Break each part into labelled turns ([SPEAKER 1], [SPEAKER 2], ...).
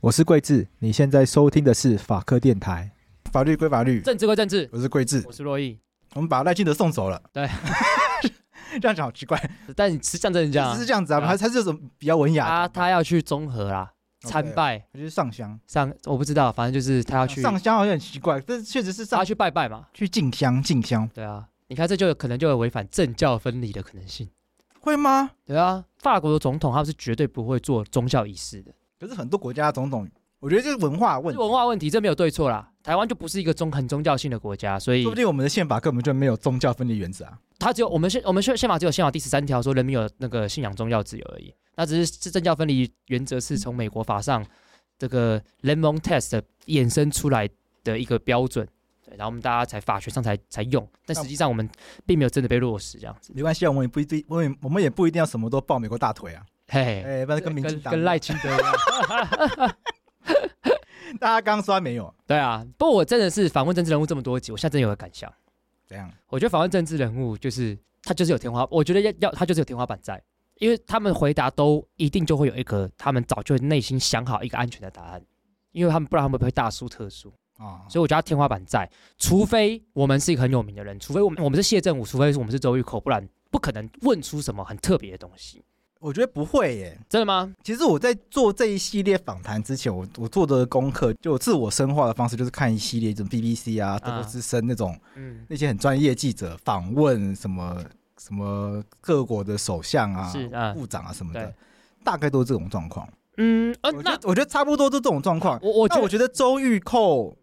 [SPEAKER 1] 我是桂智，你现在收听的是法科电台。法律归法律，
[SPEAKER 2] 政治归政治。
[SPEAKER 1] 我是桂智。
[SPEAKER 2] 我是洛毅，
[SPEAKER 1] 我们把赖清德送走了，
[SPEAKER 2] 对，
[SPEAKER 1] 这样讲好奇怪，
[SPEAKER 3] 但你是像真的这样
[SPEAKER 1] 只
[SPEAKER 3] 啊
[SPEAKER 1] 是，这样子啊，
[SPEAKER 3] 啊
[SPEAKER 1] 还是还是有种比较文雅，
[SPEAKER 3] 他他要去综合啦，参
[SPEAKER 1] OK
[SPEAKER 3] 拜
[SPEAKER 1] 就是上香。
[SPEAKER 3] 上我不知道，反正就是他要去
[SPEAKER 1] 上香好像很奇怪，但是确实是
[SPEAKER 3] 他
[SPEAKER 1] 上
[SPEAKER 3] 要去拜拜嘛，
[SPEAKER 1] 去进香进香，
[SPEAKER 3] 对啊，你看这就有可能就有违反政教分离的可能性，
[SPEAKER 1] 会吗？
[SPEAKER 3] 对啊，法国的总统他们是绝对不会做宗教仪式的，
[SPEAKER 1] 可是很多国家的总统，我觉得这是文化问
[SPEAKER 3] 是
[SPEAKER 1] 题，
[SPEAKER 3] 文化问题，这没有对错啦。台湾就不是一个宗很宗教性的国家，所以
[SPEAKER 1] 说不定我们的宪法根本就没有宗教分离原则啊。
[SPEAKER 3] 他只有我们宪我们宪宪法只有宪法第十三条说人民有那个信仰宗教自由而已，那只是这政教分离原则是从美国法上这个 Lemon Test 衍生出来的一个标准，对，然后我们大家才法学上才才用，但实际上我们并没有真的被落实这样子，
[SPEAKER 1] 没关系啊，我们也不一定，我们也我们也不一定要什么都抱美国大腿啊。
[SPEAKER 3] 嘿，
[SPEAKER 1] 哎，不然跟民进
[SPEAKER 3] 跟
[SPEAKER 1] 党
[SPEAKER 3] 跟赖清德一样，
[SPEAKER 1] 大家刚刚说他没有，
[SPEAKER 3] 对啊，不过我真的是访问政治人物这么多集，我现在真的有个感想，
[SPEAKER 1] 怎样？
[SPEAKER 3] 我觉得访问政治人物就是他就是有天花，我觉得要要他就是有天花板在，因为他们回答都一定就会有一个他们早就内心想好一个安全的答案，因为他们不然他们会大输特输，
[SPEAKER 1] 啊，
[SPEAKER 3] 所以我觉得他天花板在，除非我们是一个很有名的人，除非我们我们是谢振武，除非我们是周玉蔻，不然不可能问出什么很特别的东西，
[SPEAKER 1] 我觉得不会耶。
[SPEAKER 3] 真的吗？
[SPEAKER 1] 其实我在做这一系列访谈之前，我我做的功课，就我自我深化的方式，就是看一系列这种 BBC 啊、德国之声那种
[SPEAKER 3] 嗯，
[SPEAKER 1] 那些很专业记者访问什么什么各国的首相啊、
[SPEAKER 3] 是啊
[SPEAKER 1] 部长啊什么的
[SPEAKER 3] 对，
[SPEAKER 1] 大概都是这种状况。
[SPEAKER 3] 嗯，呃，
[SPEAKER 1] 我觉
[SPEAKER 3] 那
[SPEAKER 1] 得我觉得差不多都这种状况。
[SPEAKER 3] 我我
[SPEAKER 1] 那
[SPEAKER 3] 觉
[SPEAKER 1] 我
[SPEAKER 3] 得，
[SPEAKER 1] 觉得周玉蔻、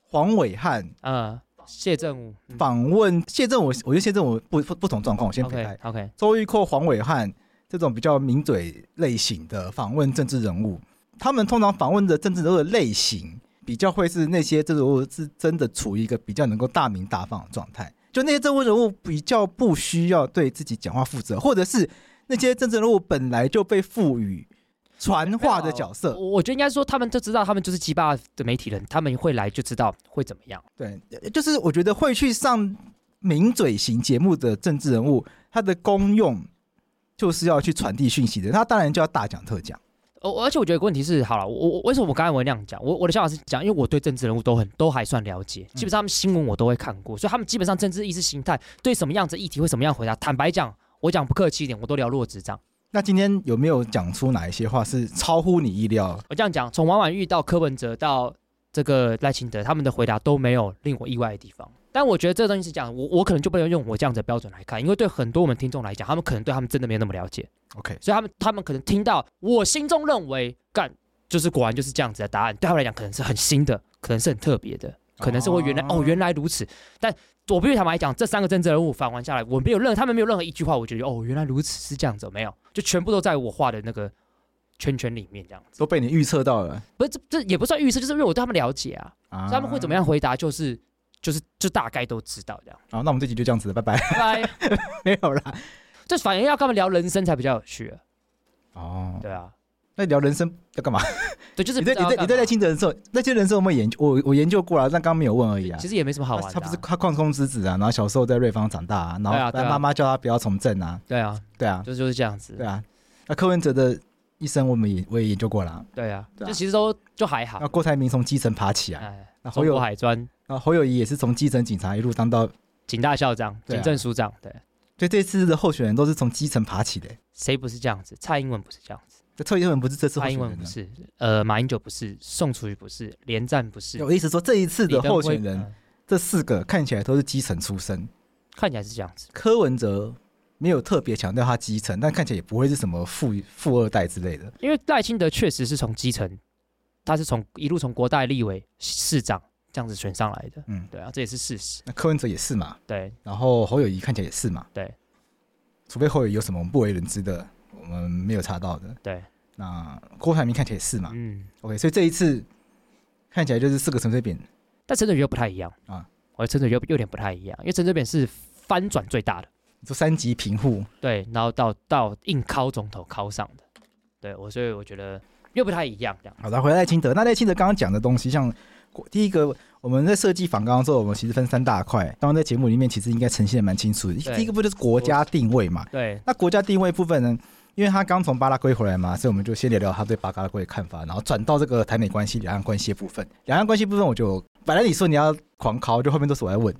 [SPEAKER 1] 黄伟汉
[SPEAKER 3] 嗯，谢振武嗯
[SPEAKER 1] 访问谢振武，我觉得谢振武不不不同状况，我先撇开
[SPEAKER 3] ，OK。OK，
[SPEAKER 1] 周玉蔻、黄伟汉这种比较名嘴类型的访问政治人物，他们通常访问的政治人物的类型，比较会是那些这种是真的处于一个比较能够大名大放的状态。就那些政治人物比较不需要对自己讲话负责，或者是那些政治人物本来就被赋予传话的角色。
[SPEAKER 3] 我我觉得应该说，他们就知道他们就是鸡巴的媒体人，他们会来就知道会怎么样。
[SPEAKER 1] 对，呃就是我觉得会去上名嘴型节目的政治人物，他的功用就是要去传递讯息的，他当然就要大讲特讲。
[SPEAKER 3] 哦，而且我觉得有个问题是，好了，我我为什么我刚才我会那样讲？我我的想法是讲，因为我对政治人物都很都还算了解，基本上他们新闻我都会看过，所以他们基本上政治意识形态对什么样子议题会什么样回答，坦白讲，我讲不客气一点，我都了若指掌。
[SPEAKER 1] 那今天有没有讲出哪一些话是超乎你意料？
[SPEAKER 3] 我这样讲，从王婉玉到柯文哲到这个赖清德，他们的回答都没有令我意外的地方。但我觉得这个东西是这样，我我可能就不能用我这样子的标准来看，因为对很多我们听众来讲，他们可能对他们真的没有那么了解。
[SPEAKER 1] OK，
[SPEAKER 3] 所以他们他们可能听到我心中认为干就是果然就是这样子的答案，对他们来讲可能是很新的，可能是很特别的，可能是会原来
[SPEAKER 1] 哦
[SPEAKER 3] 哦原来如此。但我必须坦白讲，这三个政治人物反完下来，我没有任他们没有任何一句话，我觉得哦原来如此是这样子哦，没有，就全部都在我画的那个圈圈里面这样子。
[SPEAKER 1] 都被你预测到了。
[SPEAKER 3] 不是这这也不算预测，就是因为我对他们了解啊，
[SPEAKER 1] 啊
[SPEAKER 3] 所以他们会怎么
[SPEAKER 1] 样？
[SPEAKER 3] 样回答，就是就是就大概都知道这样。
[SPEAKER 1] 好，那我们这集就这样子了，拜拜。
[SPEAKER 3] 拜拜，
[SPEAKER 1] 没有啦。
[SPEAKER 3] 就反而要跟他们聊人生才比较有趣啊，
[SPEAKER 1] 哦，
[SPEAKER 3] 对啊，
[SPEAKER 1] 那聊人生要干嘛？
[SPEAKER 3] 对，就是
[SPEAKER 1] 你
[SPEAKER 3] 不
[SPEAKER 1] 在
[SPEAKER 3] 知道
[SPEAKER 1] 你在
[SPEAKER 3] 要干嘛
[SPEAKER 1] 你在那些人生，那些人生我们研究，我我研究过了，但刚刚没有问而已啊。
[SPEAKER 3] 其实也没什么好玩的啊、
[SPEAKER 1] 他他不是他矿工之子啊，然后小时候在瑞芳长大啊，然
[SPEAKER 3] 对
[SPEAKER 1] 后
[SPEAKER 3] 啊对啊
[SPEAKER 1] 但妈妈叫他不要从政啊，
[SPEAKER 3] 对啊，
[SPEAKER 1] 对啊，
[SPEAKER 3] 就就是这样子。
[SPEAKER 1] 对啊。那柯文哲的一生我们也我也研究过了，
[SPEAKER 3] 对啊，
[SPEAKER 1] 对啊
[SPEAKER 3] 就其实都就还好
[SPEAKER 1] 那。郭台铭从基层爬起啊，
[SPEAKER 3] 哎，
[SPEAKER 1] 那侯
[SPEAKER 3] 中
[SPEAKER 1] 友
[SPEAKER 3] 国海专
[SPEAKER 1] 那侯友谊也是从基层警察一路当到，
[SPEAKER 3] 警大校长、
[SPEAKER 1] 对啊
[SPEAKER 3] 警政署长，对，
[SPEAKER 1] 所以这次的候选人都是从基层爬起的。
[SPEAKER 3] 谁不是这样子？蔡英文不是这样子，
[SPEAKER 1] 这蔡英文不是这次候
[SPEAKER 3] 蔡
[SPEAKER 1] 选
[SPEAKER 3] 英文
[SPEAKER 1] 人啊
[SPEAKER 3] 不
[SPEAKER 1] 呢，
[SPEAKER 3] 是，呃，马英九不是，宋楚瑜不是，连战不是，
[SPEAKER 1] 我的意思说这一次的
[SPEAKER 3] 李登
[SPEAKER 1] 候
[SPEAKER 3] 辉
[SPEAKER 1] 选人，
[SPEAKER 3] 嗯
[SPEAKER 1] 这四个看起来都是基层出身，
[SPEAKER 3] 看起来是这样子。
[SPEAKER 1] 柯文哲没有特别强调他基层，但看起来也不会是什么富富二代之类的。
[SPEAKER 3] 因为赖清德确实是从基层，他是从一路从国代立委、市长这样子选上来的，
[SPEAKER 1] 嗯，
[SPEAKER 3] 对啊，这也是事实。
[SPEAKER 1] 那柯文哲也是嘛，
[SPEAKER 3] 对，
[SPEAKER 1] 然后侯友谊看起来也是嘛，
[SPEAKER 3] 对，
[SPEAKER 1] 除非侯友谊有什么我们不为人知的，我们没有查到的。
[SPEAKER 3] 对，
[SPEAKER 1] 那郭台铭看起来也是嘛、
[SPEAKER 3] 嗯，
[SPEAKER 1] o k 所以这一次看起来就是四个陈水扁，
[SPEAKER 3] 但陈水扁又不太一样
[SPEAKER 1] 啊
[SPEAKER 3] 啊，我觉得陈水扁又有点不太一样，因为陈水扁是翻转最大的。
[SPEAKER 1] 你说三级贫户，
[SPEAKER 3] 对，然后到到硬敲总统敲上的，对我所以我觉得又不太一样这样。
[SPEAKER 1] 好的，回来赖清德。那赖清德刚刚讲的东西，像国第一个，我们在设计访纲的时候，我们其实分三大块。刚刚在节目里面其实应该呈现的蛮清楚的。一
[SPEAKER 3] 对
[SPEAKER 1] 第一个部分就是国家定位嘛。
[SPEAKER 3] 对
[SPEAKER 1] 那国家定位部分呢，因为他刚从巴拉圭回来嘛，所以我们就先聊聊他对巴拉圭的看法，然后转到这个台美关系、两岸关系的部分。两岸关系部分，我就本来你说你要狂考，就后面都是我在问。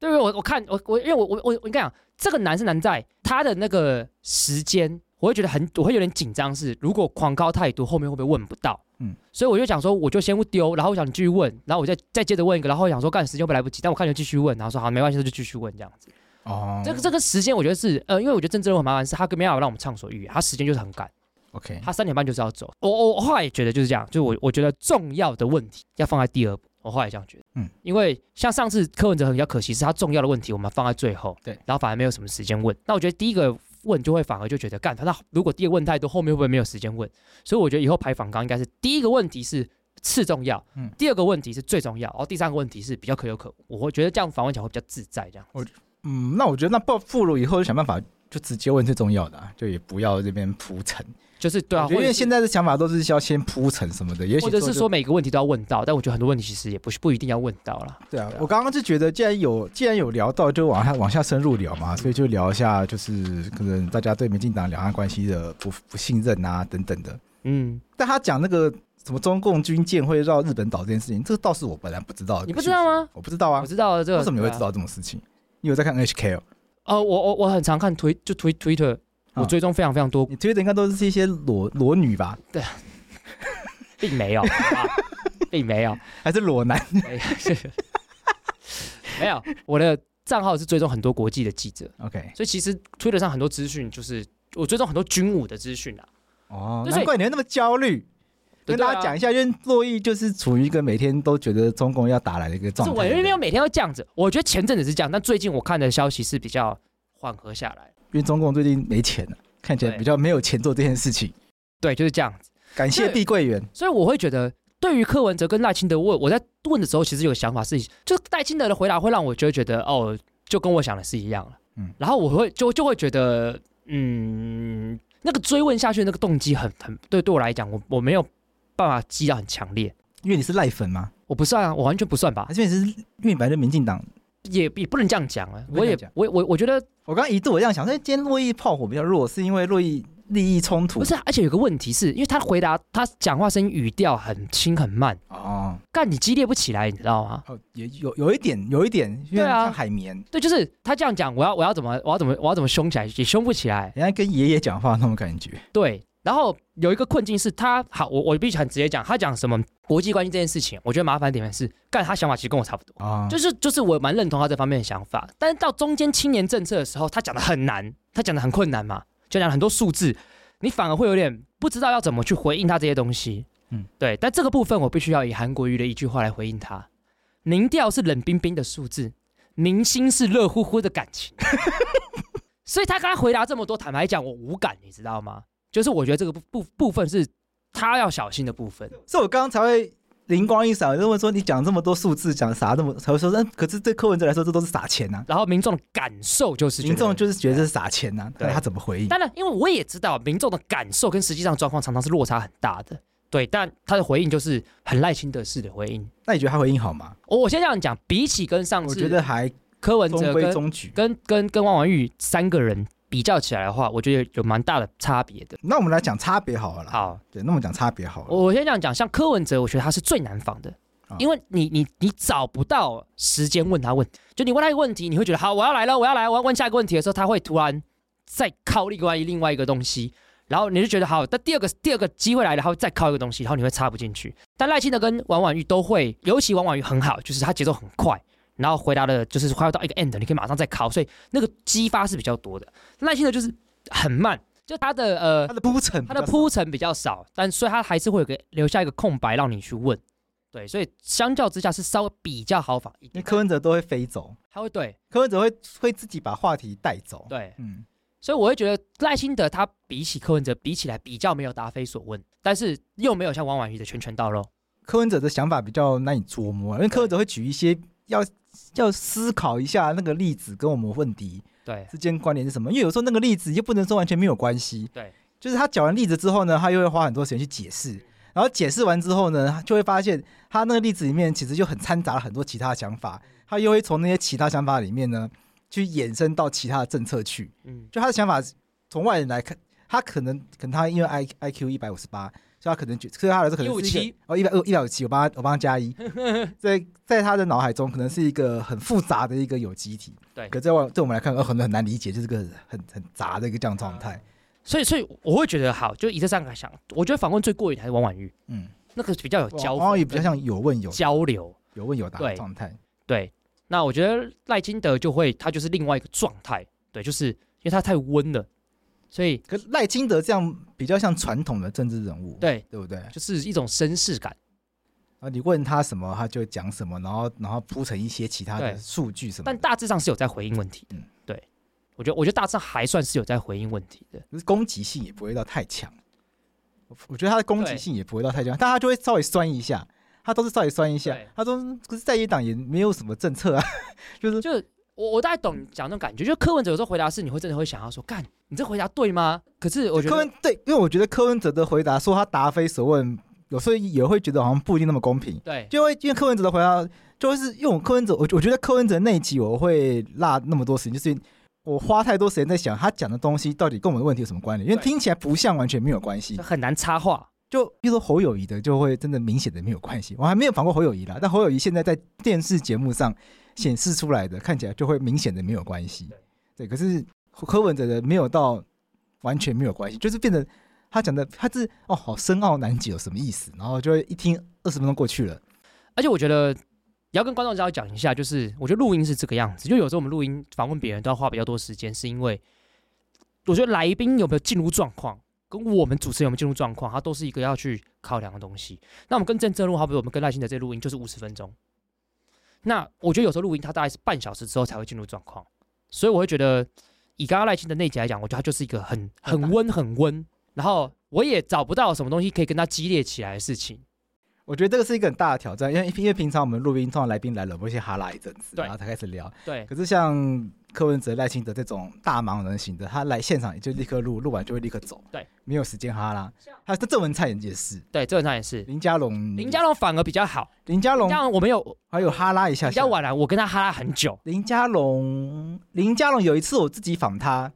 [SPEAKER 3] 对，因为我我看我我因为我我我我跟你讲，这个难是难在他的那个时间，我会觉得很我会有点紧张是，如果狂高太多，后面会不会问不到？
[SPEAKER 1] 嗯
[SPEAKER 3] 嗯，所以我就想说，我就先丢，然后我想你继续问，然后我再再接着问一个，然后我想说干时间会不会来不及，但我看你就继续问，然后说好没关系，那就继续问这样子。
[SPEAKER 1] 哦
[SPEAKER 3] 这个这个时间我觉得是呃，因为我觉得政治人物很麻烦，是他没办法让我们畅所欲言，他时间就是很赶。
[SPEAKER 1] OK，
[SPEAKER 3] 他三点半就是要走。我我我后来也觉得就是这样，就是我我觉得重要的问题要放在第二步。我后来这样觉得，
[SPEAKER 1] 嗯
[SPEAKER 3] 嗯，因为像上次柯文哲很比较可惜，是他重要的问题我们放在最后，
[SPEAKER 1] 对，
[SPEAKER 3] 然后反而没有什么时间问。那我觉得第一个问就会反而就觉得干，他那如果第二个问太多，后面会不会没有时间问？所以我觉得以后排访纲应该是第一个问题是次重要，
[SPEAKER 1] 嗯
[SPEAKER 3] 第二个问题是最重要，然后第三个问题是比较可有可无。我会觉得这样访问起来会比较自在，这样
[SPEAKER 1] 我嗯，那我觉得那不不如以后就想办法，就直接问最重要的、啊，就也不要这边铺陈。
[SPEAKER 3] 就是对啊，
[SPEAKER 1] 我觉得因
[SPEAKER 3] 或者
[SPEAKER 1] 为
[SPEAKER 3] 是啊
[SPEAKER 1] 现在的想法都是要先铺陈什么的，也许
[SPEAKER 3] 或者
[SPEAKER 1] 之后
[SPEAKER 3] 是
[SPEAKER 1] 就
[SPEAKER 3] 说每个问题都要问到，但我觉得很多问题其实也不是不一定要问到啦。
[SPEAKER 1] 对啊
[SPEAKER 3] 对，啊
[SPEAKER 1] 我刚刚就觉得，既然有既然有聊到，就往下往下深入聊嘛，所以就聊一下，就是可能大家对民进党两岸关系的不不信任啊等等的。
[SPEAKER 3] 嗯，
[SPEAKER 1] 但他讲那个什么中共军舰会绕日本岛这件事情，这倒是我本来不知道的。
[SPEAKER 3] 你不知道吗？
[SPEAKER 1] 我不知道啊
[SPEAKER 3] 我，知道了这个。
[SPEAKER 1] 为什么你会
[SPEAKER 3] 对
[SPEAKER 1] 知
[SPEAKER 3] 啊？
[SPEAKER 1] 道这种事情？你有在看 HK 哦？
[SPEAKER 3] 哦，我我我很常看推就推 Twitter，
[SPEAKER 1] 啊嗯
[SPEAKER 3] 我追踪非常非常多，
[SPEAKER 1] 你推的应该都是一些裸裸女吧，
[SPEAKER 3] 并没有， 好吧并没有，
[SPEAKER 1] 还是裸男？
[SPEAKER 3] 哎 没有。我的账号是追踪很多国际的记者，
[SPEAKER 1] OK，
[SPEAKER 3] 所以其实 Twitter 上很多资讯就是我追踪很多军武的资讯啊。
[SPEAKER 1] 哦，
[SPEAKER 3] 就是
[SPEAKER 1] 难怪你会那么焦虑。
[SPEAKER 3] 对啊
[SPEAKER 1] 跟大家讲一下，因为洛毅就是处于一个每天都觉得中共要打来的一个
[SPEAKER 3] 是
[SPEAKER 1] 状
[SPEAKER 3] 我
[SPEAKER 1] 态，
[SPEAKER 3] 因为没有每天要这样子，我觉得前阵子是这样，但最近我看的消息是比较缓和下来。
[SPEAKER 1] 因为中共最近没钱了，看起来
[SPEAKER 3] 对
[SPEAKER 1] 比较没有钱做这件事情。
[SPEAKER 3] 对，就是这样子。
[SPEAKER 1] 感谢
[SPEAKER 3] 对
[SPEAKER 1] 碧桂园，
[SPEAKER 3] 所以我会觉得，对于柯文哲跟赖清德，我我在问的时候，其实有个想法是，就是赖清德的回答会让我就会觉得，哦，就跟我想的是一样了。
[SPEAKER 1] 嗯
[SPEAKER 3] 嗯，然后我会就就会觉得，嗯，那个追问下去的那个动机很很对对我来讲，我我没有办法激到很强烈。
[SPEAKER 1] 因为你是赖粉吗？
[SPEAKER 3] 我不算啊，我完全不算吧
[SPEAKER 1] 还，是因为你是因为你本来就民进党？
[SPEAKER 3] 也也不能这样讲啊。
[SPEAKER 1] 不能
[SPEAKER 3] 我
[SPEAKER 1] 这
[SPEAKER 3] 也
[SPEAKER 1] 样讲
[SPEAKER 3] 我我我觉得
[SPEAKER 1] 我刚刚一度我这样想，哎，今天洛毅炮火比较弱，是因为洛毅利益冲突？
[SPEAKER 3] 不是啊、而且有个问题是因为他回答他讲话声音语调很轻很慢，
[SPEAKER 1] 哦，
[SPEAKER 3] 干你激烈不起来，你知道吗？
[SPEAKER 1] 哦，也有有一点，有一点，因为
[SPEAKER 3] 对啊
[SPEAKER 1] 像海绵，
[SPEAKER 3] 对，就是他这样讲，我要我要怎么我要怎么我要怎么凶起来，也凶不起来。
[SPEAKER 1] 人家跟爷爷讲话那种感觉。
[SPEAKER 3] 对，然后有一个困境是他，好，我我必须很直接讲，他讲什么国际关系这件事情，我觉得麻烦点的是，干他想法其实跟我差不多，
[SPEAKER 1] 哦，
[SPEAKER 3] 就是就是我蛮认同他这方面的想法，但是到中间青年政策的时候，他讲的很难，他讲的很困难嘛，就讲了很多数字，你反而会有点不知道要怎么去回应他这些东西。
[SPEAKER 1] 嗯
[SPEAKER 3] 嗯，对。但这个部分我必须要以韩国瑜的一句话来回应他：民调是冷冰冰的数字，民心是热乎乎的感情。所以他刚刚回答这么多，坦白讲，我无感，你知道吗？就是我觉得这个部部部分是他要小心的部分。
[SPEAKER 1] 所以我刚刚才会灵光一闪，我就问说你讲这么多数字，讲啥这么，才会说，嗯，可是对柯文哲来说，这都是撒钱呐、
[SPEAKER 3] 然后民众的感受就是觉得
[SPEAKER 1] 民众就是觉得这是撒钱呐、
[SPEAKER 3] 对
[SPEAKER 1] 那他怎么回应？
[SPEAKER 3] 当然，因为我也知道民众的感受跟实际上状况常常是落差很大的。对，但他的回应就是很赖清德式的回应。
[SPEAKER 1] 那你觉得他回应好吗？
[SPEAKER 3] 我我先这样讲，比起跟上
[SPEAKER 1] 我
[SPEAKER 3] 次
[SPEAKER 1] 觉得还
[SPEAKER 3] 柯文
[SPEAKER 1] 中
[SPEAKER 3] 哲
[SPEAKER 1] 规
[SPEAKER 3] 跟
[SPEAKER 1] 中矩。
[SPEAKER 3] 跟跟跟汪文玉三个人比较起来的话，我觉得有蛮大的差别的。
[SPEAKER 1] 那我们来讲差别好了啦。，
[SPEAKER 3] 好，
[SPEAKER 1] 对，那我们讲差别好了。
[SPEAKER 3] 我我先这样讲，像柯文哲，我觉得他是最难防的
[SPEAKER 1] 啊，
[SPEAKER 3] 因为你你你找不到时间问他问题，就你问他一个问题，你会觉得好，我要来了，我要来，我要问下一个问题的时候，他会突然再靠另外另外一个东西，然后你就觉得好，但第二个第二个机会来了，他会再靠一个东西，然后你会插不进去。但赖清德跟王婉玉都会，尤其王婉玉很好，就是他节奏很快。然后回答的就是快要到一个 end，你可以马上再靠，所以那个激发是比较多的。赖清德就是很慢，就他的呃
[SPEAKER 1] 他的铺陈比
[SPEAKER 3] 它
[SPEAKER 1] 较少，
[SPEAKER 3] 的铺陈比较少，但所以它还是会有个留下一个空白让你去问。对，所以相较之下是稍微比较好仿一
[SPEAKER 1] 因为
[SPEAKER 3] 点。
[SPEAKER 1] 柯文哲都会飞走，
[SPEAKER 3] 他会对
[SPEAKER 1] 柯文哲会会自己把话题带走。
[SPEAKER 3] 对，
[SPEAKER 1] 嗯，
[SPEAKER 3] 所以我会觉得赖清德他比起柯文哲比起来比较没有答非所问，但是又没有像王婉瑜的拳拳到肉。
[SPEAKER 1] 柯文哲的想法比较难以捉摸，因为柯文哲会举一些要要思考一下那个例子跟我们问题
[SPEAKER 3] 对
[SPEAKER 1] 之间关联是什么，因为有时候那个例子又不能说完全没有关系。
[SPEAKER 3] 对，
[SPEAKER 1] 就是他讲完例子之后呢，他又会花很多时间去解释，然后解释完之后呢，他就会发现他那个例子里面其实就很掺杂了很多其他的想法，他又会从那些其他想法里面呢，去衍生到其他的政策去。
[SPEAKER 3] 嗯，
[SPEAKER 1] 就他的想法，从外人来看，他可能可能他因为 I I Q 一百五十八，所以他可能觉，对他来说可能是
[SPEAKER 3] 157
[SPEAKER 1] 一个哦一百二一百五七，我帮他我帮他加 一，在在他的脑海中可能是一个很复杂的一个有机体，
[SPEAKER 3] 对
[SPEAKER 1] 可在我对我们来看，呃，很很难理解，就是个很很杂的一个这样状态，
[SPEAKER 3] 所以所以我会觉得好，就以这三个来想，我觉得访问最过瘾还是王婉瑜，
[SPEAKER 1] 嗯，
[SPEAKER 3] 那个比较有交
[SPEAKER 1] 然后
[SPEAKER 3] 锋
[SPEAKER 1] 也比较像有问有
[SPEAKER 3] 交流。
[SPEAKER 1] 有问有答的
[SPEAKER 3] 对
[SPEAKER 1] 状态，
[SPEAKER 3] 对，那我觉得赖清德就会他就是另外一个状态，对，就是因为他太温了，所以
[SPEAKER 1] 可是赖清德这样比较像传统的政治人物，
[SPEAKER 3] 对，
[SPEAKER 1] 对不对？
[SPEAKER 3] 就是一种绅士感。
[SPEAKER 1] 啊，你问他什么，他就讲什么，然后然后铺成一些其他的
[SPEAKER 3] 对
[SPEAKER 1] 数据什么
[SPEAKER 3] 但
[SPEAKER 1] 的，
[SPEAKER 3] 大致上是有在回应问题的
[SPEAKER 1] 嗯。
[SPEAKER 3] 对，我觉得我觉得大致上还算是有在回应问题的。
[SPEAKER 1] 就是攻击性也不会到太强。我我觉得他的攻击
[SPEAKER 3] 对
[SPEAKER 1] 性也不会到太强，但他就会稍微酸一下，他都是稍微酸一下
[SPEAKER 3] 对。
[SPEAKER 1] 他说：“可是在野党也没有什么政策啊， 就是
[SPEAKER 3] 就我我大概懂讲那种感觉，就柯文哲有时候回答是你会真的会想要说，干你这回答对吗？可是我觉得
[SPEAKER 1] 柯文对，因为我觉得柯文哲的回答说他答非所问，有时候也会觉得好像不一定那么公平。
[SPEAKER 3] 对
[SPEAKER 1] 就会因为柯文哲的回答，就是因为我柯文哲，我我觉得柯文哲那一集我会落那么多时间，就是我花太多时间在想他讲的东西到底跟我们的问题有什么关联，因为
[SPEAKER 3] 对
[SPEAKER 1] 听起来不像完全没有关系
[SPEAKER 3] 就。很难插话。
[SPEAKER 1] 就比如说侯友谊的，就会真的明显的没有关系。我还没有访过侯友谊啦，但侯友谊现在在电视节目上显示出来的，看起来就会明显的没有关系。对，可是柯文哲的没有到完全没有关系，就是变成他讲的他是哦好深奥难解，有什么意思？然后就会一听二十分钟过去了。
[SPEAKER 3] 而且我觉得也要跟观众稍微讲一下，就是我觉得录音是这个样子，就有时候我们录音访问别人都要花比较多时间，是因为我觉得来宾有没有进入状况，跟我们主持人有没有进入状况，它都是一个要去考量的东西。那我们跟郑正录，好比我们跟赖清德这录音就是五十分钟，那我觉得有时候录音它大概是半小时之后才会进入状况，所以我会觉得以刚刚赖清德那集来讲，我觉得他就是一个很很温很温，然后我也找不到什么东西可以跟他激烈起来的事情。
[SPEAKER 1] 我觉得这个是一个很大的挑战，因为因为平常我们录音，通常来宾来了，我们会先哈拉一阵子，
[SPEAKER 3] 对
[SPEAKER 1] 然后才开始聊。
[SPEAKER 3] 对
[SPEAKER 1] 可是像柯文哲、赖清德这种大忙人型的，他来现场也就立刻录，录完就会立刻走，
[SPEAKER 3] 对，
[SPEAKER 1] 没有时间哈拉。还有郑文灿也是，
[SPEAKER 3] 对，这个上也是。
[SPEAKER 1] 林佳龙，
[SPEAKER 3] 林佳龙反而比较好，
[SPEAKER 1] 林佳
[SPEAKER 3] 这
[SPEAKER 1] 龙
[SPEAKER 3] 样我们有
[SPEAKER 1] 还有哈拉一下
[SPEAKER 3] 比
[SPEAKER 1] 下
[SPEAKER 3] 较。晚了，我跟他哈拉很久，
[SPEAKER 1] 林佳龙，林佳龙有一次我自己访他，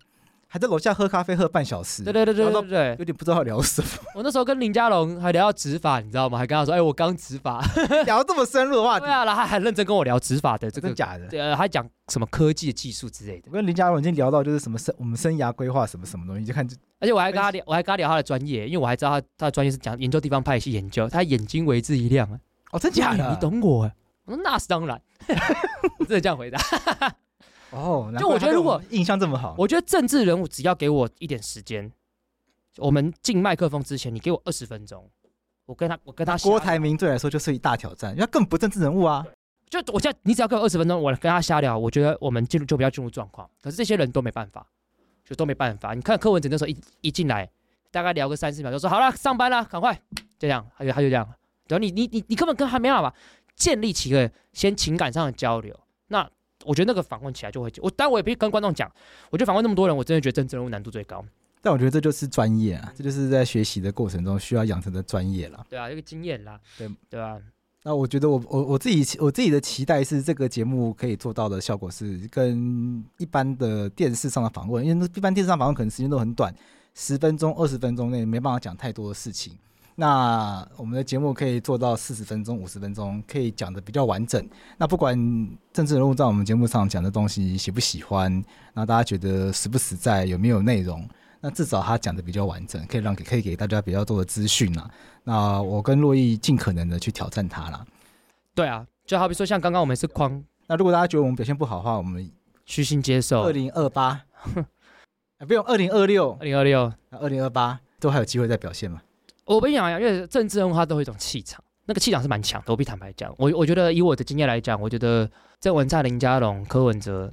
[SPEAKER 1] 还在楼下喝咖啡喝半小时，
[SPEAKER 3] 对对对对
[SPEAKER 1] 聊
[SPEAKER 3] 对
[SPEAKER 1] 到
[SPEAKER 3] 对，
[SPEAKER 1] 有点不知道聊什么，
[SPEAKER 3] 我那时候跟林佳龙还聊到执法，你知道吗？还跟他说，哎，我刚执 法，
[SPEAKER 1] 聊这么深入的话题
[SPEAKER 3] 对，啊，然后他还认真跟我聊执法的这个
[SPEAKER 1] 真的，假的？
[SPEAKER 3] 对呃，还讲什么科技的技术之类的
[SPEAKER 1] 我，跟林佳龙已经聊到就是什么生我们生涯规划什么什么东西，就看
[SPEAKER 3] 而且我还跟他聊，我还跟他聊他的专业，因为我还知道他他的专业是讲研究地方派系研究，他眼睛为之一亮，哎
[SPEAKER 1] 哦，真假
[SPEAKER 3] 你啊
[SPEAKER 1] 的？
[SPEAKER 3] 懂我？哎我说那是当然，我真的这样回答。
[SPEAKER 1] 哦，难
[SPEAKER 3] 就我
[SPEAKER 1] 怪
[SPEAKER 3] 觉
[SPEAKER 1] 他
[SPEAKER 3] 得
[SPEAKER 1] 对
[SPEAKER 3] 如果
[SPEAKER 1] 们印象这么好，
[SPEAKER 3] 我觉得政治人物只要给我一点时间，我们进麦克风之前，你给我二十分钟，我跟他，我跟他瞎
[SPEAKER 1] 郭台铭对来说就是一大挑战，因为他更不政治人物啊。
[SPEAKER 3] 就我现在，你只要给我二十分钟，我跟他瞎聊，我觉得我们进入就比较进入状况。可是这些人都没办法，就都没办法。你看柯文哲那时候一一进来，大概聊个三四秒，就说好了，上班了，赶快，就这样，他就他就这样。然后你你你你根本跟他没办法建立起一个先情感上的交流。那我觉得那个访问起来就会，我当然我也必须跟观众讲，我觉得访问那么多人，我真的觉得政治人物难度最高。
[SPEAKER 1] 但我觉得这就是专业啊，这就是在学习的过程中需要养成的专业了。
[SPEAKER 3] 对啊，这个经验啦，
[SPEAKER 1] 对
[SPEAKER 3] 对啊，
[SPEAKER 1] 那我觉得我我我自己期我自己的期待是，这个节目可以做到的效果是跟一般的电视上的访问，因为一般电视上访问可能时间都很短，十分钟、二十分钟内没办法讲太多的事情。那我们的节目可以做到四十分钟、五十分钟，可以讲的比较完整。那不管政治人物在我们节目上讲的东西喜不喜欢，然后大家觉得实不实在，有没有内容，那至少他讲的比较完整，可以让给可以给大家比较多的资讯啊。那我跟洛毅尽可能的去挑战他啦。
[SPEAKER 3] 对啊，就好比说像刚刚我们是框
[SPEAKER 1] 那如果大家觉得我们表现不好的话，我们
[SPEAKER 3] 虚心接受，
[SPEAKER 1] 二
[SPEAKER 3] 二
[SPEAKER 1] 零二八， 哎不用二零二六、
[SPEAKER 3] 零二六
[SPEAKER 1] 二零二八都还有机会再表现嘛。
[SPEAKER 3] 我跟你讲啊，因为政治人物他都有一种气场，那个气场是蛮强的。我必须坦白讲，我我觉得以我的经验来讲，我觉得郑文灿、林佳龙、柯文哲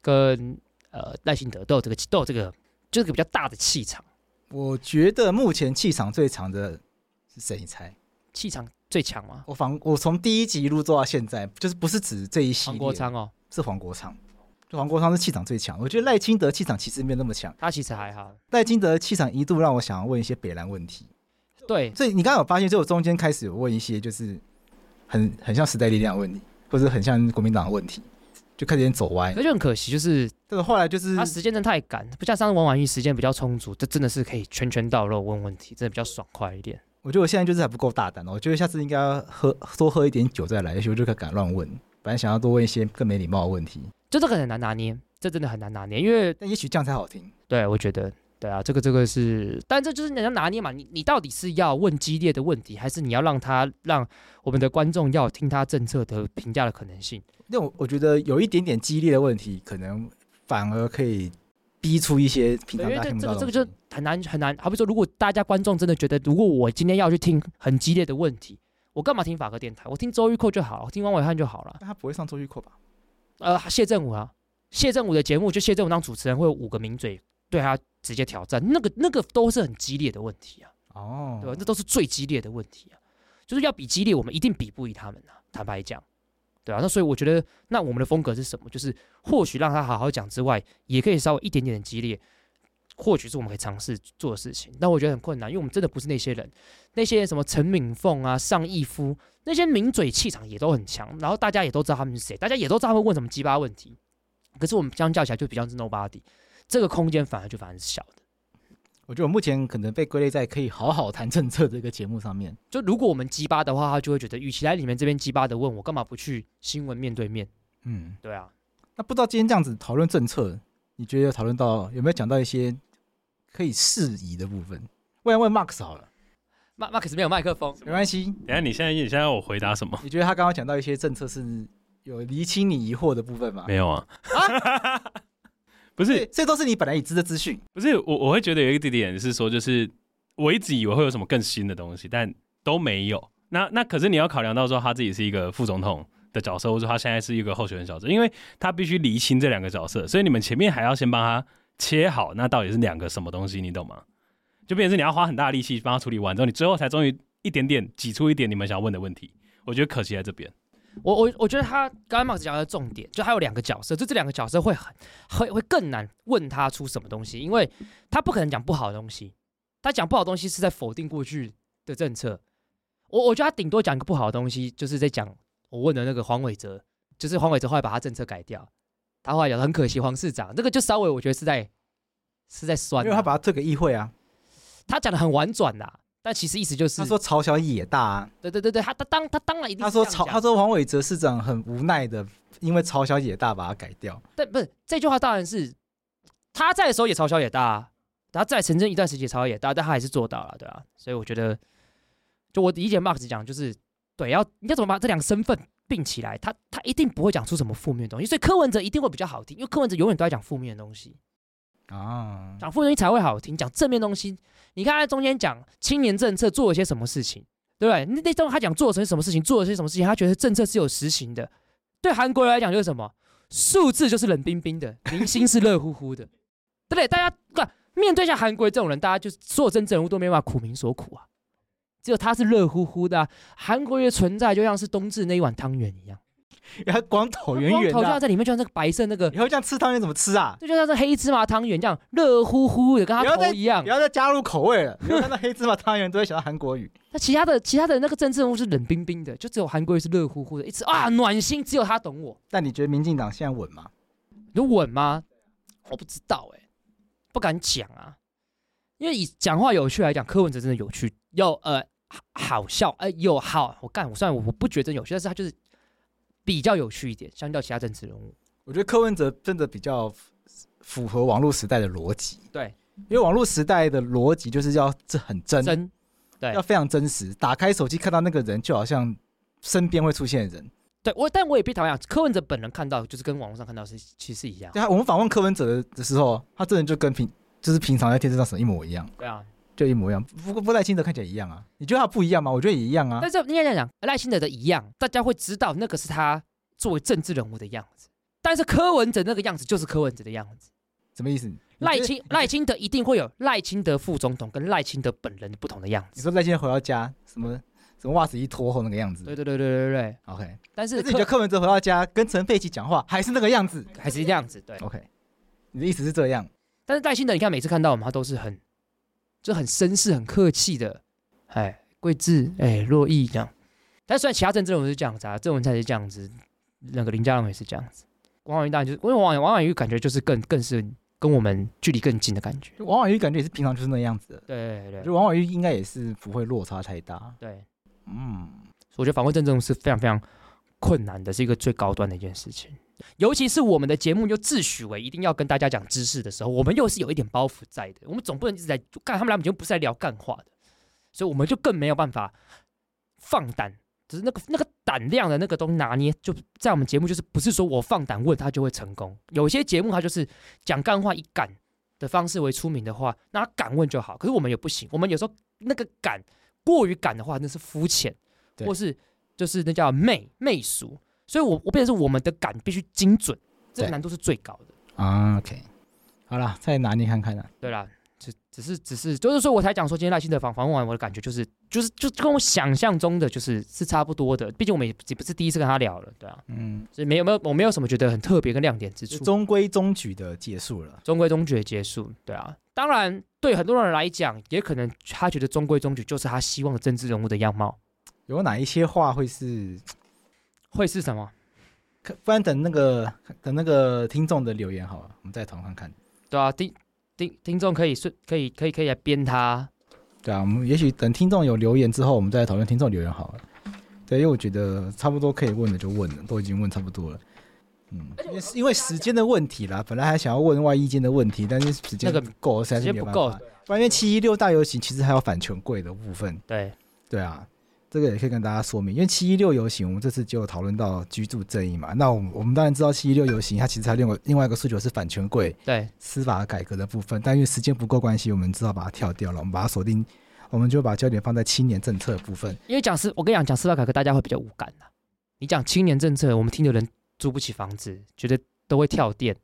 [SPEAKER 3] 跟呃赖幸德都有这个都有这个，就是个比较大的气场，
[SPEAKER 1] 我觉得目前气场最强的是谁？你猜？
[SPEAKER 3] 气场最强嘛。
[SPEAKER 1] 我仿我从第一集一路做到现在，就是不是指这一系
[SPEAKER 3] 黄
[SPEAKER 1] 列，
[SPEAKER 3] 国昌哦，
[SPEAKER 1] 是黄国昌。就黄国昌是气场最强，我觉得赖清德气场其实没有那么强。
[SPEAKER 3] 他其实还好。
[SPEAKER 1] 赖清德气场一度让我想要问一些北兰问题，
[SPEAKER 3] 对，
[SPEAKER 1] 所以你刚刚有发现，就我中间开始有问一些就是很很像时代力量的问题，或者很像国民党的问题，就开始有点走歪
[SPEAKER 3] 可。就很可惜，就是
[SPEAKER 1] 但哎是后来就是
[SPEAKER 3] 他时间真的太赶，不像上次王婉玉时间比较充足，这真的是可以拳拳到肉问问题，真的比较爽快一点。
[SPEAKER 1] 我觉得我现在就是还不够大胆哦，我觉得下次应该要喝多喝一点酒再来，也许我就敢乱问。本来想要多问一些更没礼貌的问题，
[SPEAKER 3] 就这个很难拿捏，这真的很难拿捏，因为
[SPEAKER 1] 但也许这样才好听。
[SPEAKER 3] 对，我觉得，对啊，这个这个是，但这就是你要拿捏嘛，你你到底是要问激烈的问题，还是你要让他让我们的观众要听他政策的评价的可能性？
[SPEAKER 1] 那我我觉得有一点点激烈的问题，可能反而可以逼出一些平
[SPEAKER 3] 对，因
[SPEAKER 1] 常
[SPEAKER 3] 为
[SPEAKER 1] 大
[SPEAKER 3] 这
[SPEAKER 1] 家听不
[SPEAKER 3] 这个
[SPEAKER 1] 到的
[SPEAKER 3] 这个
[SPEAKER 1] 东
[SPEAKER 3] 就
[SPEAKER 1] 西
[SPEAKER 3] 很难很难。好比说，如果大家观众真的觉得，如果我今天要去听很激烈的问题，我干嘛听法科电台？我听周玉蔻就好，我听王伟汉就好了。
[SPEAKER 1] 但他不会上周玉蔻吧？
[SPEAKER 3] 呃，谢振武啊，谢振武的节目就谢振武当主持人，会有五个名嘴对他直接挑战，那个那个都是很激烈的问题啊。
[SPEAKER 1] 哦，
[SPEAKER 3] 对吧？那都是最激烈的问题啊，就是要比激烈，我们一定比不赢他们啊，坦白讲，对啊，那所以我觉得，那我们的风格是什么？就是或许让他好好讲之外，也可以稍微一点点的激烈，或许是我们可以尝试做的事情。但我觉得很困难，因为我们真的不是那些人，那些什么陈敏凤啊、尚义夫那些名嘴气场也都很强，然后大家也都知道他们是谁，大家也都知道他们问什么鸡巴问题，可是我们相较起来就比较是 nobody，这个空间反而就反而是小的。
[SPEAKER 1] 我觉得我目前可能被归类在可以好好谈政策这个节目上面。
[SPEAKER 3] 就如果我们鸡巴的话，他就会觉得，与其来你们这边鸡巴的问我，干嘛不去新闻面对面？
[SPEAKER 1] 嗯，
[SPEAKER 3] 对啊，
[SPEAKER 1] 那不知道今天这样子讨论政策，你觉得有讨论到有没有讲到一些可以适宜的部分？问问 Max 好了，
[SPEAKER 3] 马马克思没有麦克风，
[SPEAKER 1] 没关系。
[SPEAKER 4] 等一下你现在你现在要我回答什么？
[SPEAKER 1] 你觉得他刚刚讲到一些政策是有厘清你疑惑的部分吗？
[SPEAKER 4] 没有啊， 不
[SPEAKER 1] 对，
[SPEAKER 4] 是
[SPEAKER 1] 这都是你本来已知的资讯。
[SPEAKER 4] 不是，我我会觉得有一个点是说，就是我一直以为会有什么更新的东西，但都没有。那那可是你要考量到说他自己是一个副总统的角色，或者说他现在是一个候选人角色，因为他必须厘清这两个角色，所以你们前面还要先帮他切好，那到底是两个什么东西，你懂吗？就变成是你要花很大的力气帮他处理完之后，你最后才终于一点点挤出一点你们想问的问题。我觉得可惜在这边。
[SPEAKER 3] 我我我觉得他刚刚马克思讲的重点，就还有两个角色，就这两个角色会很会会更难问他出什么东西，因为他不可能讲不好的东西，他讲不好的东西是在否定过去的政策。我我觉得他顶多讲一个不好的东西，就是在讲我问的那个黄伟哲，就是黄伟哲后来把他政策改掉，他后来讲得很可惜黄市长，这个就稍微我觉得是在是在酸啊、
[SPEAKER 1] 因为他把它推给议会啊，
[SPEAKER 3] 他讲的很婉转啦，但其实意思就是
[SPEAKER 1] 他，说朝小野大、啊，
[SPEAKER 3] 对对对对，他他当他当然一定
[SPEAKER 1] 他
[SPEAKER 3] 是
[SPEAKER 1] 说
[SPEAKER 3] 这样
[SPEAKER 1] 朝，
[SPEAKER 3] 讲
[SPEAKER 1] 他说黄伟哲市长很无奈的，因为朝小野大把它改掉。
[SPEAKER 3] 但不是这句话当然是他在的时候也嘲笑也大、啊，他在深圳一段时间也嘲笑也大，但他还是做到了，对啊，所以我觉得，就我理解 Max 讲就是对，要你要怎么把这两个身份并起来，他他一定不会讲出什么负面的东西，所以柯文哲一定会比较好听，因为柯文哲永远都在讲负面的东西，
[SPEAKER 1] 啊，
[SPEAKER 3] 讲负面东西才会好听，讲正面东西，你看他中间讲青年政策做了些什么事情，对不对？那那时候他讲做了些什么事情，做了些什么事情，他觉得政策是有实行的，对韩国人来讲就是什么数字就是冷冰冰的，民心是热乎乎的， 对不对？大家对吧面对像韩国这种人，大家就是所有政治人物都没办法苦民所苦啊，只有他是热乎乎的、啊，韩国瑜的存在就像是冬至那一碗汤圆一样。
[SPEAKER 1] 然后光头圆
[SPEAKER 3] 光
[SPEAKER 1] 圆
[SPEAKER 3] 头就
[SPEAKER 1] 的
[SPEAKER 3] 像
[SPEAKER 1] 啊，
[SPEAKER 3] 在里面，就像那个白色那个，
[SPEAKER 1] 以后这样吃汤圆怎么吃啊？
[SPEAKER 3] 就像是黑芝麻汤圆这样热乎乎的，跟
[SPEAKER 1] 不要
[SPEAKER 3] 他
[SPEAKER 1] 再
[SPEAKER 3] 头一样
[SPEAKER 1] 不。要再加入口味了， 因为看到黑芝麻汤圆都会想到韩国语。
[SPEAKER 3] 那其他的其他的那个政治人物是冷冰冰的，就只有韩国瑜是热乎乎的，一直啊暖心，只有他懂我。
[SPEAKER 1] 但你觉得民进党现在稳吗？
[SPEAKER 3] 有稳吗？我不知道哎、不敢讲啊。因为以讲话有趣来讲，柯文哲真的有趣，又呃好笑，哎、又好，我干，我虽然我不觉得真有趣，但是他就是比较有趣一点，相较其他政治人物。
[SPEAKER 1] 我觉得柯文哲真的比较符符合网络时代的逻辑。
[SPEAKER 3] 对，
[SPEAKER 1] 因为网络时代的逻辑就是要这很真，
[SPEAKER 3] 真对
[SPEAKER 1] 要非常真实。打开手机看到那个人，就好像身边会出现的人。
[SPEAKER 3] 对我，但我也被讨厌。柯文哲本人看到就是跟网络上看到是其实是一样。
[SPEAKER 1] 对啊，我们访问柯文哲的时候，他真的就跟平就是平常在电视上什么一模一样，
[SPEAKER 3] 对啊，
[SPEAKER 1] 就一模一样。不过不赖清德看起来一样啊，你觉得他不一样吗？我觉得也一样啊。
[SPEAKER 3] 但是应该这样讲，赖清德的一样，大家会知道那个是他作为政治人物的样子。但是柯文哲那个样子就是柯文哲的样子，
[SPEAKER 1] 什么意思？你
[SPEAKER 3] 赖
[SPEAKER 1] 觉得
[SPEAKER 3] 清赖清德一定会有赖清德副总统跟赖清德本人不同的样
[SPEAKER 1] 你
[SPEAKER 3] 子。
[SPEAKER 1] 说赖清德回到家，什么什么袜子一脱后那个样子。
[SPEAKER 3] 对对对对对对。
[SPEAKER 1] OK，
[SPEAKER 3] 但是
[SPEAKER 1] 但是你觉得
[SPEAKER 3] 柯
[SPEAKER 1] 柯文哲回到家跟陈佩琪讲话还是那个样子
[SPEAKER 3] 还是这样子对。
[SPEAKER 1] ？OK，你的意思是这样？
[SPEAKER 3] 但是赖清德，你看每次看到我们，他都是很就很绅士、很客气的，哎，桂智，哎，洛毅这样。但虽然其他政治人物是这样子啊，郑文灿是这样子，那个林佳龙也是这样子，王婉玉当然就是，因为王婉王婉玉感觉就是更更是跟我们距离更近的感觉。
[SPEAKER 1] 就王婉瑜感觉也是平常就是那样子的，
[SPEAKER 3] 对对对
[SPEAKER 1] 我觉
[SPEAKER 3] 对
[SPEAKER 1] 得王婉瑜应该也是不会落差太大。
[SPEAKER 3] 对，
[SPEAKER 1] 嗯，
[SPEAKER 3] 所以我觉得访问政治人物是非常非常困难的，是一个最高端的一件事情。尤其是我们的节目又自诩为一定要跟大家讲知识的时候，我们又是有一点包袱在的。我们总不能一直在干，他们来我们节目不是在聊干话的，所以我们就更没有办法放胆，就是那个那个胆量的那个东西拿捏，就在我们节目就是不是说我放胆问他就会成功。有些节目他就是讲干话以敢的方式为出名的话，那他敢问就好。可是我们也不行，我们有时候那个敢过于敢的话，那是肤浅，
[SPEAKER 1] 对
[SPEAKER 3] 或是就是那叫媚媚俗。所以我我变成是我们的感必须精准，这个
[SPEAKER 1] 对
[SPEAKER 3] 难度是最高的。
[SPEAKER 1] 啊，OK，好啦，再拿捏看看啦。
[SPEAKER 3] 对啦，只只是只是就是说，我才讲说今天赖幸德访访问完，我的感觉就是就是就跟我想象中的就是是差不多的。毕竟我们也也不是第一次跟他聊了，对啊，
[SPEAKER 1] 嗯，
[SPEAKER 3] 所以没有没有我没有什么觉得很特别跟亮点之
[SPEAKER 1] 就
[SPEAKER 3] 处，
[SPEAKER 1] 中规中矩的结束了。
[SPEAKER 3] 中规中矩的结束，对啊。当然，对很多人来讲，也可能他觉得中规中矩就是他希望的政治人物的样貌，
[SPEAKER 1] 有哪一些话会是？
[SPEAKER 3] 会是什么？
[SPEAKER 1] 可不然等那个等那个听众的留言好了，我们再讨论看看。
[SPEAKER 3] 对啊，听听听众可以顺可以可以可以来编他，
[SPEAKER 1] 对啊，我们也许等听众有留言之后，我们再讨论听众留言好了。对，因为我觉得差不多可以问的就问了，都已经问差不多了。嗯，因为因为时间的问题啦，本来还想要问外衣间的问题，但是时间
[SPEAKER 3] 那个
[SPEAKER 1] 不够，实在是
[SPEAKER 3] 时
[SPEAKER 1] 没
[SPEAKER 3] 间
[SPEAKER 1] 有
[SPEAKER 3] 不
[SPEAKER 1] 办
[SPEAKER 3] 够
[SPEAKER 1] 法。不然因为七一六大游行其实还有反权贵的部分，
[SPEAKER 3] 对
[SPEAKER 1] 对啊，这个也可以跟大家说明。因为七一六游行，我们这次就有讨论到居住正义嘛。那我们我们当然知道七一六游行，它其实还有另外另外一个诉求是反权贵，
[SPEAKER 3] 对
[SPEAKER 1] 司法改革的部分，但因为时间不够关系，我们只好把它跳掉了。我们把它锁定，我们就把焦点放在青年政策的部分。
[SPEAKER 3] 因为讲司，我跟你讲，讲司法改革大家会比较无感啦。你讲青年政策，我们听的人租不起房子，觉得都会跳电。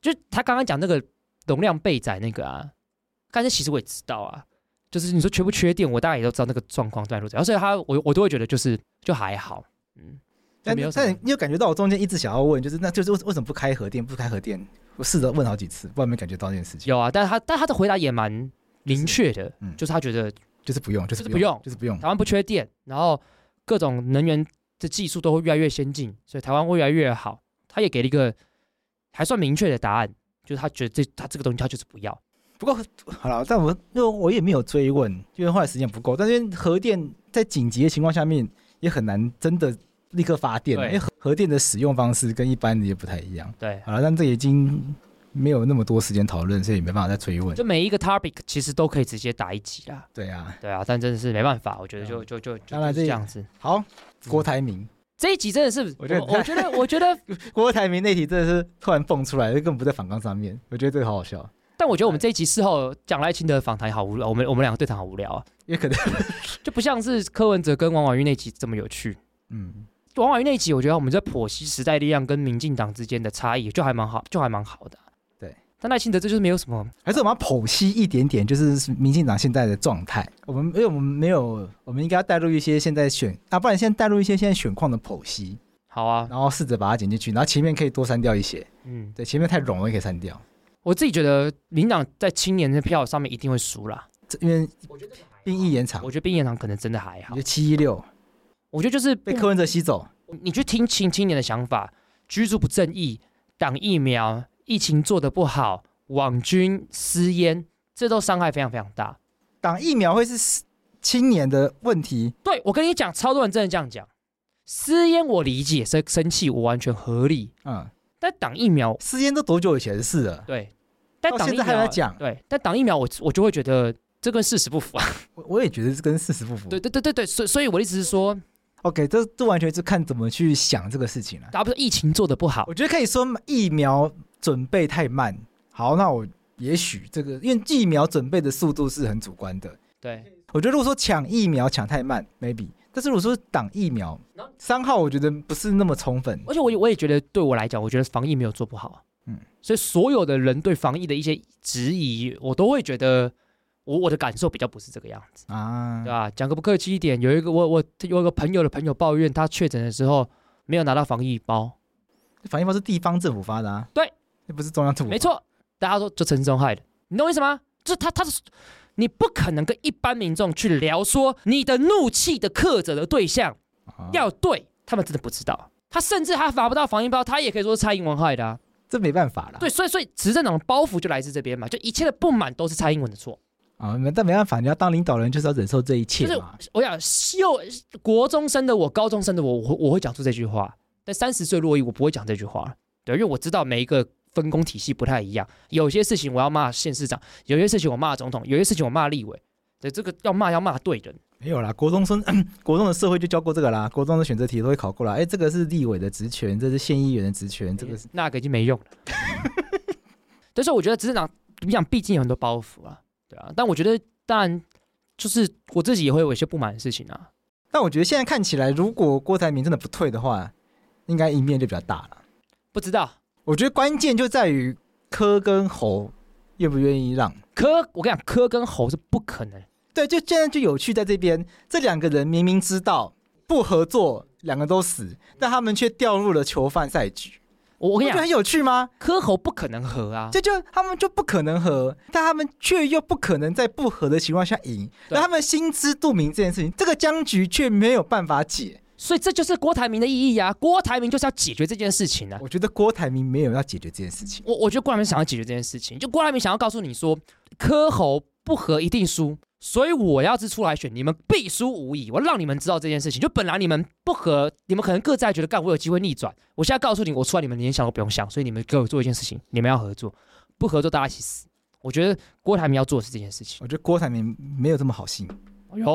[SPEAKER 3] 就是他刚刚讲那个容量备载那个啊，但是其实我也知道啊，就是你说缺不缺电，我大概也都知道那个状况段落怎样，所以他我我都会觉得就是就还好，嗯，
[SPEAKER 1] 但
[SPEAKER 3] 没有什么
[SPEAKER 1] 但你有感觉到我中间一直想要问，就是那就是为为什么不开核电？不开核电，我试着问好几次，不知道有没有感觉到这件事情，
[SPEAKER 3] 有啊，但是他但他的回答也蛮明确的，
[SPEAKER 1] 嗯
[SPEAKER 3] 就是他觉得
[SPEAKER 1] 就是不用，就是
[SPEAKER 3] 就是
[SPEAKER 1] 不
[SPEAKER 3] 不用
[SPEAKER 1] 就是不用。
[SPEAKER 3] 台湾不缺电，然后各种能源的技术都会越来越先进，所以台湾会越来越好。他也给了一个还算明确的答案，就是他觉得这他这个东西他就是不要。
[SPEAKER 1] 不过 好了，但我因为我也没有追问，因为后来时间不够。但是核电在紧急的情况下面也很难真的立刻发电，因
[SPEAKER 3] 对
[SPEAKER 1] 为核核电的使用方式跟一般的也不太一样。
[SPEAKER 3] 对，
[SPEAKER 1] 好了，但这已经没有那么多时间讨论，所以没办法再追问
[SPEAKER 3] 就。每一个 topic 其实都可以直接打一集啦。
[SPEAKER 1] 对啊，
[SPEAKER 3] 对啊，但真的是没办法，我觉得
[SPEAKER 1] 对啊
[SPEAKER 3] 就就就就
[SPEAKER 1] 当然
[SPEAKER 3] 就是
[SPEAKER 1] 这
[SPEAKER 3] 这样子。
[SPEAKER 1] 好，郭台铭，
[SPEAKER 3] 这一集真的是，
[SPEAKER 1] 我觉得
[SPEAKER 3] 我觉得，我觉得，
[SPEAKER 1] 郭台铭那题真的是突然蹦出来，这根本不在反纲上面。我觉得这个好好笑，
[SPEAKER 3] 但我觉得我们这一集事后讲赖清德访谈好无聊，我们我们两个对谈好无聊啊，
[SPEAKER 1] 也可能，
[SPEAKER 3] 就不像是柯文哲跟王婉玉那集这么有趣。
[SPEAKER 1] 嗯，
[SPEAKER 3] 王婉玉那集，我觉得我们在剖析时代力量跟民进党之间的差异，就还蛮好，就还蛮好的啊。
[SPEAKER 1] 对，
[SPEAKER 3] 但赖清德这就是没有什么，
[SPEAKER 1] 还是我们要剖析一点点，就是民进党现在的状态。我们因为我们没有，我们应该要带入一些现在选啊，不然先带入一些现在选况的剖析，
[SPEAKER 3] 好啊，
[SPEAKER 1] 然后试着把它剪进去，然后前面可以多删掉一些。
[SPEAKER 3] 嗯，
[SPEAKER 1] 对，前面太冗了，可以删掉。
[SPEAKER 3] 我自己觉得民进党在青年的票上面一定会输啦。
[SPEAKER 1] 这因为兵役延长，
[SPEAKER 3] 我觉得冰彦堂可能真的还
[SPEAKER 1] 我
[SPEAKER 3] 好
[SPEAKER 1] 觉得，七一六
[SPEAKER 3] 我觉得就是
[SPEAKER 1] 被柯文哲吸走，
[SPEAKER 3] 你去听青青年的想法，居住不正义、挡疫苗、疫情做得不好、网军私烟，这都伤害非常非常大。
[SPEAKER 1] 党疫苗会是青年的问题，
[SPEAKER 3] 对我跟你讲，超多人真的这样讲。私烟我理解，生生气我完全合理，
[SPEAKER 1] 嗯，
[SPEAKER 3] 但挡疫苗
[SPEAKER 1] 私烟都多久以前的事了？
[SPEAKER 3] 对，但
[SPEAKER 1] 到
[SPEAKER 3] 挡疫
[SPEAKER 1] 现在
[SPEAKER 3] 苗
[SPEAKER 1] 还在讲
[SPEAKER 3] 对，但挡疫苗我我就会觉得这跟事实不符啊。
[SPEAKER 1] 我我也觉得是跟事实不符。
[SPEAKER 3] 对对对对对，所以所以我的意思是说，
[SPEAKER 1] OK，这这完全是看怎么去想这个事情了、
[SPEAKER 3] 啊大家不是疫情做得不好，
[SPEAKER 1] 我觉得可以说疫苗准备太慢。好，那我也许这个，因为疫苗准备的速度是很主观的。
[SPEAKER 3] 对，
[SPEAKER 1] 我觉得如果说抢疫苗抢太慢，maybe，但是如果说挡疫苗三号，我觉得不是那么充分。
[SPEAKER 3] 而且我也我也觉得对我来讲，我觉得防疫没有做不好啊。
[SPEAKER 1] 嗯
[SPEAKER 3] 嗯，所以所有的人对防疫的一些质疑，我都会觉得我我的感受比较不是这个样子，
[SPEAKER 1] 啊
[SPEAKER 3] 对，吧？讲个不客气一点，有一个我我有一个朋友的朋友抱怨，他确诊的时候没有拿到防疫包，
[SPEAKER 1] 反疫包是地方政府发的啊，
[SPEAKER 3] 对，
[SPEAKER 1] 那不是中央政府。
[SPEAKER 3] 没，错，大家说就陈时中害的，你懂我意思吗？就是他他是。你不可能跟一般民众去聊说你的怒气的克责的对象
[SPEAKER 1] 啊
[SPEAKER 3] 要对，他们真的不知道。他甚至他拿不到防疫包，他也可以说是蔡英文害的、啊。
[SPEAKER 1] 这没办法啦。
[SPEAKER 3] 对，所以所以执政党的包袱就来自这边嘛，就一切的不满都是蔡英文的错。
[SPEAKER 1] 啊，没但没办法，你要当领导人就是要忍受这一切
[SPEAKER 3] 就是
[SPEAKER 1] 嘛。
[SPEAKER 3] 我想，幼国中生的我，高中生的我，我会我会讲出这句话，但三十岁落绎，我不会讲这句话了。对，因为我知道每一个分工体系不太一样，有些事情我要骂县市长，有些事情我骂总统，有些事情我骂立委。对，这个要骂要骂对人。
[SPEAKER 1] 没有啦，国中生 国中的社会就教过这个啦，国中的选择题都会考过啦。哎，这个是立委的职权，这是县议员的职权，这个是
[SPEAKER 3] 那个已经没用了。 但是我觉得执政党，你想，毕竟有很多包袱啊，对啊。但我觉得，当然就是我自己也会有一些不满的事情啊。
[SPEAKER 1] 但我觉得现在看起来，如果郭台铭真的不退的话，应该赢面就比较大了。
[SPEAKER 3] 不知道
[SPEAKER 1] 我觉得关键就在于柯跟侯愿不愿意让。
[SPEAKER 3] 柯，我跟你讲，柯跟侯是不可能。
[SPEAKER 1] 对，就现在就有趣在这边，这两个人明明知道不合作，两个都死，但他们却掉入了囚犯赛局。
[SPEAKER 3] 我我
[SPEAKER 1] 我
[SPEAKER 3] 跟
[SPEAKER 1] 觉
[SPEAKER 3] 你
[SPEAKER 1] 得
[SPEAKER 3] 讲，
[SPEAKER 1] 很有趣吗？
[SPEAKER 3] 柯侯不可能和啊。
[SPEAKER 1] 这就他们就不可能和，但他们却又不可能在不和的情况下赢，
[SPEAKER 3] 对
[SPEAKER 1] 那他们心知肚明这件事情，这个僵局却没有办法解。
[SPEAKER 3] 所以这就是郭台铭的意义啊！郭台铭就是要解决这件事情啊！
[SPEAKER 1] 我觉得郭台铭没有要解决这件事情，
[SPEAKER 3] 我我觉得郭台铭想要解决这件事情，就郭台铭想要告诉你说，柯侯不和一定输，所以我要是出来选，你们必输无疑。我让你们知道这件事情，就本来你们不和，你们可能各自还觉得干我有机会逆转，我现在告诉你，我出来你们连想都不用想，所以你们给我做一件事情，你们要合作，不合作大家一起死。我觉得郭台铭要做的是这件事情。
[SPEAKER 1] 我觉得郭台铭没有这么好心。
[SPEAKER 3] 有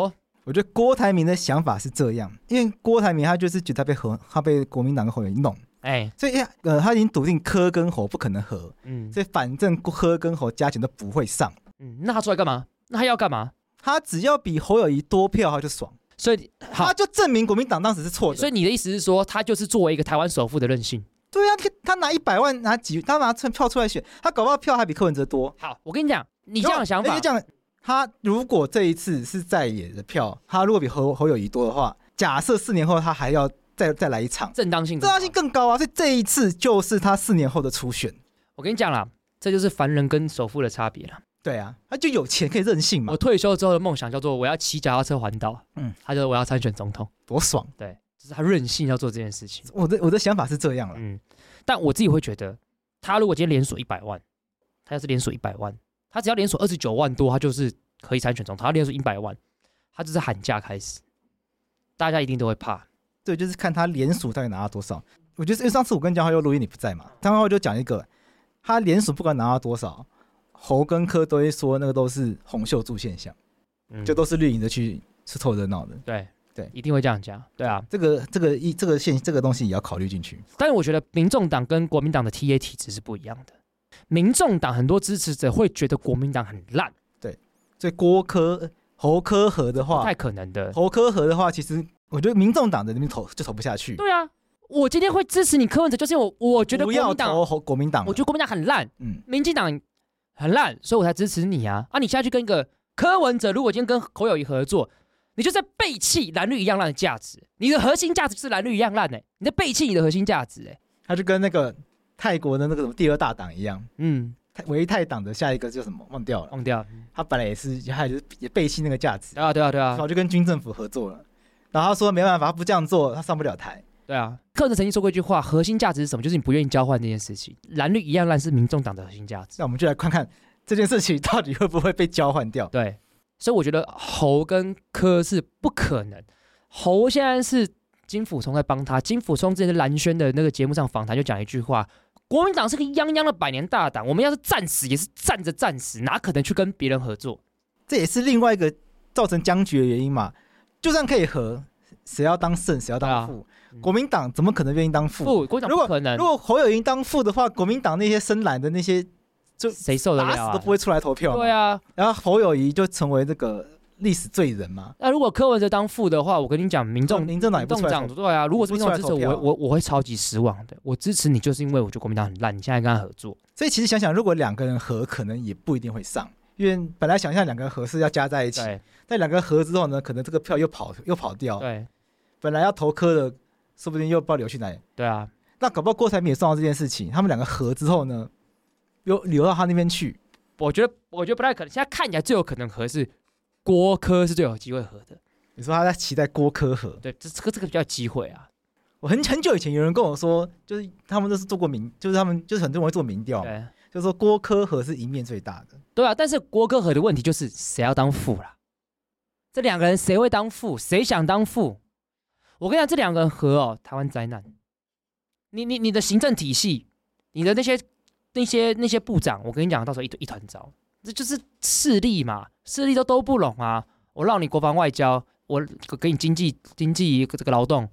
[SPEAKER 1] 我觉得郭台铭的想法是这样，因为郭台铭他就是觉得他被和他被国民党跟侯友宜弄，
[SPEAKER 3] 哎，
[SPEAKER 1] 所以呃他已经笃定柯跟侯不可能和，
[SPEAKER 3] 嗯
[SPEAKER 1] 所以反正柯跟侯加起来都不会上，
[SPEAKER 3] 嗯，那他出来干嘛？那他要干嘛？
[SPEAKER 1] 他只要比侯友宜多票他就爽，
[SPEAKER 3] 所以好
[SPEAKER 1] 他，就证明国民党当时是错的
[SPEAKER 3] 所。以你的意思是说，他就是作为一个台湾首富的任性？
[SPEAKER 1] 对啊，他他拿一百万拿几，他拿票出来选，他搞不好票还比柯文哲多。
[SPEAKER 3] 好，我跟你讲，你
[SPEAKER 1] 你
[SPEAKER 3] 这样的想法
[SPEAKER 1] 就，讲他如果这一次是在野的票，他如果比侯侯友谊多的话，假设四年后他还要再再来一场，
[SPEAKER 3] 正当性
[SPEAKER 1] 正
[SPEAKER 3] 更高，
[SPEAKER 1] 当性更高啊。所以这一次就是他四年后的初选。
[SPEAKER 3] 我跟你讲啦，这就是凡人跟首富的差别了。
[SPEAKER 1] 对啊，他就有钱可以任性嘛
[SPEAKER 3] 我，退休之后的梦想叫做我要骑脚踏车环岛，
[SPEAKER 1] 嗯
[SPEAKER 3] 嗯，他就我要参选总统，
[SPEAKER 1] 多爽！
[SPEAKER 3] 就是他任性要做这件事情。
[SPEAKER 1] 我的我的想法是这样啊了，
[SPEAKER 3] 嗯，但我自己会觉得，他如果今天连锁一百万，他要是连锁一百万，他只要连锁二十九万多，他就是可以参选总统。他连锁一百万，他就是喊价开始，大家一定都会怕。
[SPEAKER 1] 对，就是看他联署到底拿到多少。我觉得因为上次我跟江浩又录音你不在嘛，江浩就讲一个，他联署不管拿到多少，侯跟柯都会说那个都是红袖柱现象。
[SPEAKER 3] 嗯，
[SPEAKER 1] 就都是绿营的去是凑热闹的。
[SPEAKER 3] 对，
[SPEAKER 1] 对
[SPEAKER 3] 一定会这样加，对啊。
[SPEAKER 1] 这个这个一这个现这个东西也要考虑进去。
[SPEAKER 3] 但是我觉得民众党跟国民党的 TA 体制是不一样的。民众党很多支持者会觉得国民党很烂，
[SPEAKER 1] 所以郭科侯科和的
[SPEAKER 3] 不
[SPEAKER 1] 话
[SPEAKER 3] 太，可能的。
[SPEAKER 1] 侯科和的话，其实我觉得民众党的那边投就投不下去，
[SPEAKER 3] 对啊，我今天会支持你柯文哲，就是因为我我觉得
[SPEAKER 1] 不
[SPEAKER 3] 国
[SPEAKER 1] 要
[SPEAKER 3] 民党，
[SPEAKER 1] 投啊侯国民党了，
[SPEAKER 3] 我觉得国民党很烂，
[SPEAKER 1] 嗯，
[SPEAKER 3] 民进党很烂，所以我才支持你啊。啊，你现在去跟一个柯文哲，如果今天跟侯友谊合作，你就在背弃蓝绿一样烂的价值，你的核心价值是蓝绿一样烂呢、欸你在背弃你的核心价值哎、
[SPEAKER 1] 他就跟那个泰国的那个什么第二大党一样，
[SPEAKER 3] 嗯，
[SPEAKER 1] 泰维泰党的下一个叫什么忘掉了，
[SPEAKER 3] 忘掉
[SPEAKER 1] 他本来也是他也是也背弃那个价值，
[SPEAKER 3] 对啊对啊对啊
[SPEAKER 1] 然后就跟军政府合作了，然后他说没办法，他不这样做他上不了台，
[SPEAKER 3] 对啊，柯文哲曾经说过一句话，核心价值是什么？就是你不愿意交换这件事情。蓝绿一样烂是民众党的核心价值。
[SPEAKER 1] 那我们就来看看这件事情到底会不会被交换掉。
[SPEAKER 3] 对，所以我觉得侯跟柯是不可能。侯现在是金辅聪在帮他，金辅聪之前在蓝轩的那个节目上访谈就讲一句话：国民党是个泱泱的百年大党，我们要是战死也是站着战死，哪可能去跟别人合作？
[SPEAKER 1] 这也是另外一个造成僵局的原因嘛。就算可以和，谁要当胜，谁要当
[SPEAKER 3] 对
[SPEAKER 1] 副？
[SPEAKER 3] 嗯
[SPEAKER 1] 国民党怎么可能愿意当副？
[SPEAKER 3] 不，国民党
[SPEAKER 1] 如
[SPEAKER 3] 不
[SPEAKER 1] 果
[SPEAKER 3] 可能
[SPEAKER 1] 如，果侯友宜当副的话，国民党那些深蓝的那些
[SPEAKER 3] 谁受得
[SPEAKER 1] 打
[SPEAKER 3] 了
[SPEAKER 1] 死都
[SPEAKER 3] 啊
[SPEAKER 1] 不？会出来投票。
[SPEAKER 3] 对，啊，
[SPEAKER 1] 然后侯友宜就成为那个历史罪人嘛。
[SPEAKER 3] 那如果柯文哲当副的话，我跟你讲，民众
[SPEAKER 1] 哦民政党也
[SPEAKER 3] 民
[SPEAKER 1] 不
[SPEAKER 3] 众
[SPEAKER 1] 出来
[SPEAKER 3] 党
[SPEAKER 1] 投票，
[SPEAKER 3] 对啊，如果是
[SPEAKER 1] 不
[SPEAKER 3] 民
[SPEAKER 1] 出
[SPEAKER 3] 众
[SPEAKER 1] 来
[SPEAKER 3] 支持
[SPEAKER 1] 投
[SPEAKER 3] 我，
[SPEAKER 1] 票啊
[SPEAKER 3] 我我会超级失望的。我支持你就是因为我觉得国民党很烂，你现在跟他合作，
[SPEAKER 1] 所以其实想想，如果两个人合，可能也不一定会上。因为本来想象两个人合 是要加在一起，
[SPEAKER 3] 对
[SPEAKER 1] 但两个合之后呢，可能这个票又跑又跑掉，
[SPEAKER 3] 对
[SPEAKER 1] 本来要投科的，说不定又不知道流去哪里。
[SPEAKER 3] 对啊，
[SPEAKER 1] 那搞不好郭台铭也算到这件事情，他们两个合之后呢，又流到他那边去。
[SPEAKER 3] 我觉得我觉得不太可能。现在看起来最有可能合是郭科是最有机会合的，
[SPEAKER 1] 你说他在期待郭科合，
[SPEAKER 3] 对，这这个这个比较有机会啊，
[SPEAKER 1] 我很很久以前有人跟我说，就是他们都是做过民，就是他们就是很多人会做民调嘛，
[SPEAKER 3] 对
[SPEAKER 1] 就是说郭科合是赢面最大的。
[SPEAKER 3] 对啊。但是郭科合的问题就是谁要当副啦？这两个人谁会当副？谁想当副？我跟你讲，这两个人合哦，台湾灾难。你你你的行政体系，你的那些那些那些部长，我跟你讲，到时候一一团糟，这就是势力嘛，势力都都不拢啊。我让你国防外交，我给你经济经济这个劳动，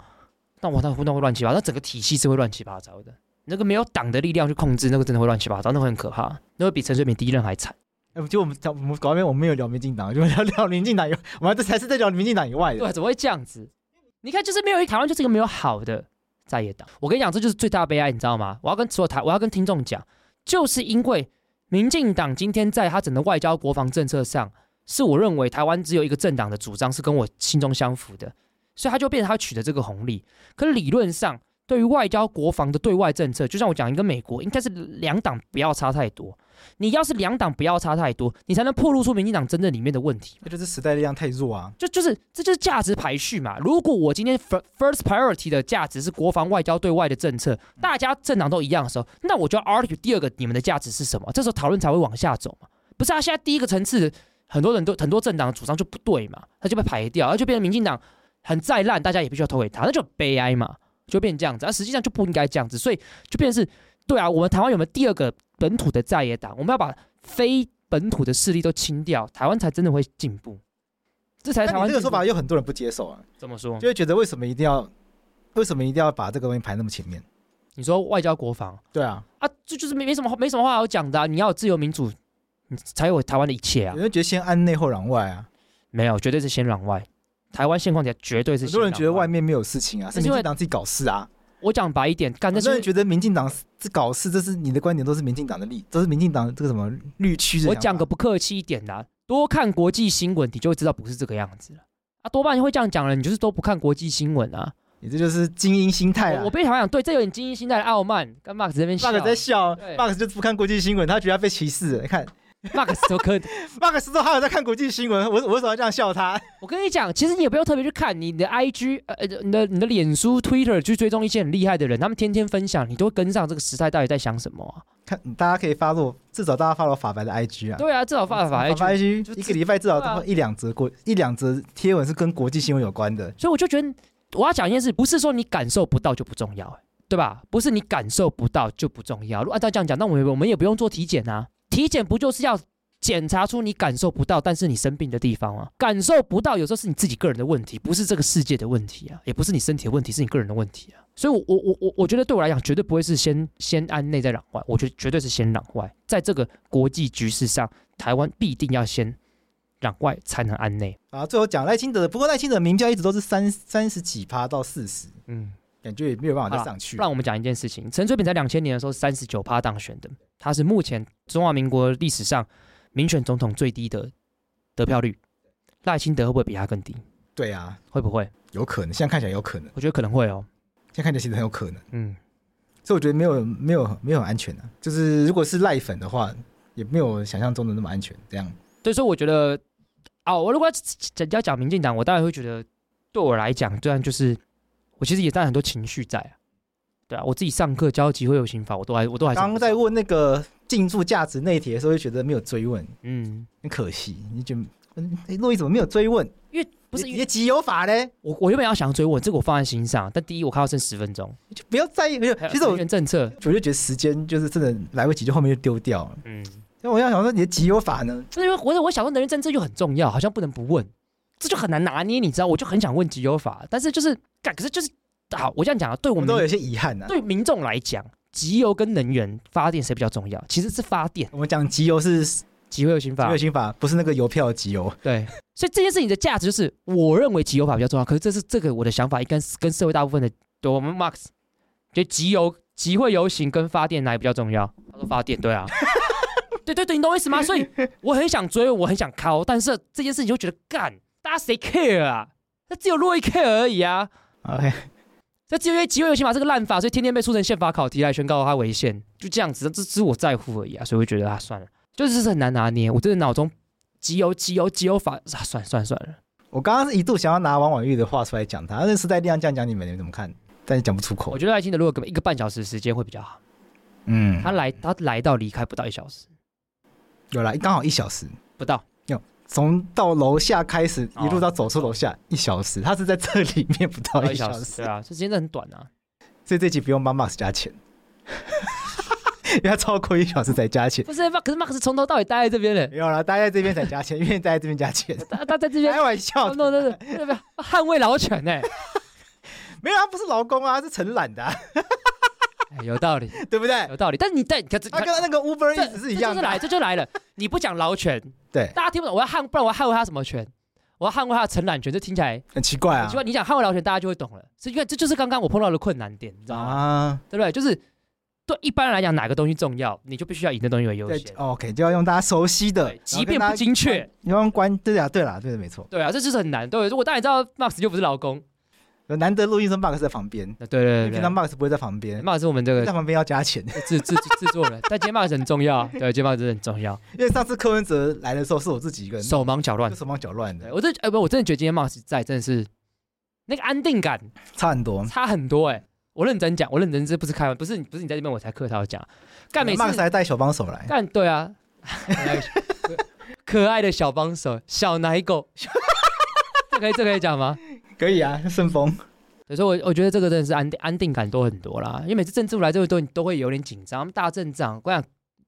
[SPEAKER 3] 那我那那会乱七八糟，那整个体系是会乱七八糟的。那个没有党的力量去控制，那个真的会乱七八糟，那会很可怕，那会比陈水扁第一任还惨。
[SPEAKER 1] 哎，我觉得我们讲我们搞那边我们没有聊民进党，就 聊聊民进党以外，我们这才是在聊民进党以外的。
[SPEAKER 3] 对，怎么会这样子？你看，就是没有台湾就是一个没有好的在野党。我跟你讲，这就是最大的悲哀，你知道吗？我要跟所有台，我要跟听众讲，就是因为民进党今天在他整个外交国防政策上，是我认为台湾只有一个政党的主张是跟我心中相符的，所以他就变成他取得这个红利。可理论上，对于外交国防的对外政策，就像我讲，一个美国应该是两党不要差太多。你要是两党不要差太多，你才能破露出民进党真正里面的问题。
[SPEAKER 1] 那就是时代力量太弱啊，
[SPEAKER 3] 就就是这就是价值排序嘛。如果我今天 fir- first priority 的价值是国防外交对外的政策，大家政党都一样的时候，那我就要 argue 第二个你们的价值是什么，这时候讨论才会往下走嘛。不是啊，现在第一个层次很多人都很多政党的主张就不对嘛，他就被排掉，那就变成民进党很再烂，大家也必须要投给他，那就很悲哀嘛，就变成这样子。而、实际上就不应该这样子，所以就变成是，对啊，我们台湾有没有第二个本土的在野党？我们要把非本土的势力都清掉，台湾才真的会进步。这才是
[SPEAKER 1] 但
[SPEAKER 3] 台湾
[SPEAKER 1] 你这个
[SPEAKER 3] 进步
[SPEAKER 1] 说法有很多人不接受啊，
[SPEAKER 3] 怎么说
[SPEAKER 1] 就？会觉得为什么一定要为什么一定要把这个东西排那么前面？
[SPEAKER 3] 你说外交国防
[SPEAKER 1] 对啊，
[SPEAKER 3] 啊，这就是没没什么没什么话好讲的啊、你要有自由民主，你才有台湾的一切啊
[SPEAKER 1] 有。人觉得先安内后攘外啊，
[SPEAKER 3] 没有，绝对是先攘外。台湾现况底下绝对是
[SPEAKER 1] 很
[SPEAKER 3] 先
[SPEAKER 1] 多人觉得
[SPEAKER 3] 攘
[SPEAKER 1] 外，面没有事情啊，是
[SPEAKER 3] 那是因
[SPEAKER 1] 民
[SPEAKER 3] 为
[SPEAKER 1] 进党自己搞事啊。
[SPEAKER 3] 我讲白一点，干
[SPEAKER 1] 很
[SPEAKER 3] 那
[SPEAKER 1] 多
[SPEAKER 3] 是
[SPEAKER 1] 人觉得民进党是这搞事，这是你的观点，都是民进党的利，都是民进党这个什么绿区的。
[SPEAKER 3] 我讲个，不客气一点啦、多看国际新闻，你就会知道不是这个样子了。啊，多半会这样讲的人，你就是都不看国际新闻啊。
[SPEAKER 1] 你这就是精英心态啊
[SPEAKER 3] 我我。被台湾讲，对，这有点精英心态的傲慢，跟 Max 这边笑
[SPEAKER 1] Max 在笑
[SPEAKER 3] 对
[SPEAKER 1] ，Max 就不看国际新闻，他觉得他被歧视了。你看
[SPEAKER 3] Max 都可
[SPEAKER 1] ，Max 说他有在看国际新闻，我我为什么要这样笑他？
[SPEAKER 3] 我跟你讲，其实你也不用特别去看你的 IG，呃，呃你的你的脸书、Twitter 去追踪一些很厉害的人，他们天天分享，你都会跟上这个时代到底在想什么啊？
[SPEAKER 1] 看，大家可以发落，至少大家发落法白的 IG 啊。
[SPEAKER 3] 对啊，至少发法 IG，就
[SPEAKER 1] IG 一个礼拜至少
[SPEAKER 3] 对
[SPEAKER 1] 都
[SPEAKER 3] 啊
[SPEAKER 1] 会一两则国一两则贴文是跟国际新闻有关的。
[SPEAKER 3] 所以我就觉得我要讲一件事，不是说你感受不到就不重要、欸对吧？不是你感受不到就不重要。如果按照这样讲，那我们我们也不用做体检啊，体检不就是要检查出你感受不到，但是你生病的地方啊，感受不到，有时候是你自己个人的问题，不是这个世界的问题啊，也不是你身体的问题，是你个人的问题啊。所以我，我我我我觉得对我来讲，绝对不会是先先安内再攘外，我觉得绝对是先攘外。在这个国际局势上，台湾必定要先攘外才能安内。
[SPEAKER 1] 啊，最后讲赖清德，不过赖清德民调一直都是三三十几趴到四十，
[SPEAKER 3] 嗯，
[SPEAKER 1] 感觉也没有办法再
[SPEAKER 3] 好啦
[SPEAKER 1] 上去
[SPEAKER 3] 不。然我们讲一件事情，陈水扁在两千年的时候三十九趴当选的，他是目前中华民国历史上民选总统最低的得票率。赖清德会不会比他更低？
[SPEAKER 1] 对啊，
[SPEAKER 3] 会不会？
[SPEAKER 1] 有可能，现在看起来有可能，
[SPEAKER 3] 我觉得可能会哦。
[SPEAKER 1] 现在看起来其实很有可能，
[SPEAKER 3] 嗯，
[SPEAKER 1] 所以我觉得没有没有没有很安全啊。就是如果是赖粉的话，也没有想象中的那么安全。这样
[SPEAKER 3] 对，所以我觉得，哦，我如果要讲要讲民进党，我当然会觉得，对我来讲，虽然就是我其实也带很多情绪在啊，对啊，我自己上课教集会有刑法，我都还我都还是
[SPEAKER 1] 刚刚在问那个进驻价值那一题的时候，就觉得没有追问，
[SPEAKER 3] 嗯，
[SPEAKER 1] 很可惜。你觉得，嗯，哎，洛伊怎么没有追问？
[SPEAKER 3] 因为不是
[SPEAKER 1] 你
[SPEAKER 3] 因
[SPEAKER 1] 你的
[SPEAKER 3] 为
[SPEAKER 1] 集邮法嘞？
[SPEAKER 3] 我我原本要想追问这个，我放在心上，但第一我看到剩十分钟，
[SPEAKER 1] 你就不要在意。没有
[SPEAKER 3] 还有
[SPEAKER 1] 其实我
[SPEAKER 3] 人员政策，
[SPEAKER 1] 我就觉得时间就是真的来不及，就后面就丢掉了。
[SPEAKER 3] 嗯。
[SPEAKER 1] 那我要想说，你的集邮法呢？
[SPEAKER 3] 就是因为我我想说能源政策就很重要，好像不能不问，这就很难拿捏，你知道？我就很想问集邮法，但是就是干，可是就是好，我这样讲啊，对
[SPEAKER 1] 我
[SPEAKER 3] 我
[SPEAKER 1] 们
[SPEAKER 3] 们
[SPEAKER 1] 都有些遗憾呐、啊。
[SPEAKER 3] 对民众来讲，集邮跟能源发电谁比较重要？其实是发电，
[SPEAKER 1] 我们讲集邮是集
[SPEAKER 3] 集会有刑法
[SPEAKER 1] 邮，刑法，不是那个邮票的集邮。
[SPEAKER 3] 对，所以这件事情的价值就是，我认为集邮法比较重要，可是这是这个我的想法，应该是跟社会大部分的，对我们 Max 就集邮、集会游行跟发电哪里比较重要？他说发电，对 啊。对对对，你懂我意思吗？ 所以我很想追，我很想敲，但是这件事情就觉得干，大家谁 care 啊？那只有洛伊 care 而已啊！
[SPEAKER 1] OK，
[SPEAKER 3] 这只有因为集会游行法这个烂法，所以天天被出成宪法考题来宣告它违宪，就这样子，这只是我在乎而已啊，所以我就觉得啊，算了，就是很难拿捏。我真的脑中集邮、集邮、集邮法，啊，算了算了算了。
[SPEAKER 1] 我刚刚是一度想要拿王婉玉的话出来讲他，但是时代力量这样讲你们，你们怎么看？但是讲不出口
[SPEAKER 3] 我。觉得赖清德如果给我一个半小时时间会比较好，
[SPEAKER 1] 嗯，
[SPEAKER 3] 他来他来到离开不到一小时，
[SPEAKER 1] 有了，刚好一小时，
[SPEAKER 3] 不到
[SPEAKER 1] 从到楼下开始，
[SPEAKER 3] 哦
[SPEAKER 1] 一路到走出楼下一小时，他是在这里面不
[SPEAKER 3] 不
[SPEAKER 1] 到
[SPEAKER 3] 到一
[SPEAKER 1] 一
[SPEAKER 3] 小
[SPEAKER 1] 小
[SPEAKER 3] 时，
[SPEAKER 1] 时
[SPEAKER 3] 对，啊，这时间真的很短啊。
[SPEAKER 1] 所以这集不用帮 Max 加钱， 因为他超过一小时才加钱。
[SPEAKER 3] 不是，可是 Max 从头到尾待在这边嘞，
[SPEAKER 1] 没有啦，待在这边才加钱，因为待在这边 加钱，
[SPEAKER 3] 他他在这边
[SPEAKER 1] 开玩笑
[SPEAKER 3] ，no
[SPEAKER 1] 的，
[SPEAKER 3] no no，捍卫老犬呢，
[SPEAKER 1] 没有，他不是劳工啊，他是承揽的啊、
[SPEAKER 3] 哎有道理
[SPEAKER 1] 对不对？
[SPEAKER 3] 有道理，但你但你看这
[SPEAKER 1] 他跟那个 Uber
[SPEAKER 3] 这
[SPEAKER 1] Eats 是一
[SPEAKER 3] 这就
[SPEAKER 1] 样
[SPEAKER 3] 是
[SPEAKER 1] 的
[SPEAKER 3] 来，
[SPEAKER 1] 啊，
[SPEAKER 3] 这就来了。你不讲老犬，
[SPEAKER 1] 对，
[SPEAKER 3] 大家听不懂。我要捍，不然我要捍卫他什么权？我要捍卫他的承揽权，这听起来
[SPEAKER 1] 很奇怪
[SPEAKER 3] 很
[SPEAKER 1] 啊
[SPEAKER 3] 奇怪。你讲捍卫老犬，大家就会懂了。是因为这就是刚刚我碰到的困难点，你知道吗？
[SPEAKER 1] 啊，
[SPEAKER 3] 对不对？就是对一般人来讲，哪个东西重要，你就必须要以那东西为优
[SPEAKER 1] 对
[SPEAKER 3] 先。
[SPEAKER 1] 哦，OK，就要用大家熟悉的，
[SPEAKER 3] 对，即
[SPEAKER 1] 然
[SPEAKER 3] 便不
[SPEAKER 1] 后跟大家
[SPEAKER 3] 精确，
[SPEAKER 1] 要用关，对啊，对啦，对的，没错。
[SPEAKER 3] 对啊，这就是很难。对，我当然知道 Max 又不是老公，
[SPEAKER 1] 难得录音声 Max 在旁边，
[SPEAKER 3] 那对对
[SPEAKER 1] 因为
[SPEAKER 3] 对啊
[SPEAKER 1] 平
[SPEAKER 3] 对
[SPEAKER 1] 常 Max 不会在旁边，
[SPEAKER 3] ，Max 是我们这
[SPEAKER 1] 在
[SPEAKER 3] 个
[SPEAKER 1] 旁边要 加钱，
[SPEAKER 3] 制制制制作人，但今天 Max 很重 要，对，今天 Max 真的很重要，
[SPEAKER 1] 因为上次柯文哲来的时候是我自己一个人，
[SPEAKER 3] 手忙脚乱
[SPEAKER 1] 就。手忙脚乱
[SPEAKER 3] 对
[SPEAKER 1] 的，
[SPEAKER 3] 我真哎不，我真的觉得今天 Max 在真的是那个安定感
[SPEAKER 1] 差很多。
[SPEAKER 3] 差很多哎、我认真讲，我认真这不是开玩，不是不是你在这边我才客套讲，干每次
[SPEAKER 1] Max 还带小帮手来，
[SPEAKER 3] 干对啊， 可爱的小帮手小奶狗，这可以这可以讲吗？
[SPEAKER 1] 可以啊，顺风。
[SPEAKER 3] 所以说我我觉得这个真的是安定安定感多很多啦，因为每次政治来这个都都会有点紧张，大阵仗。我想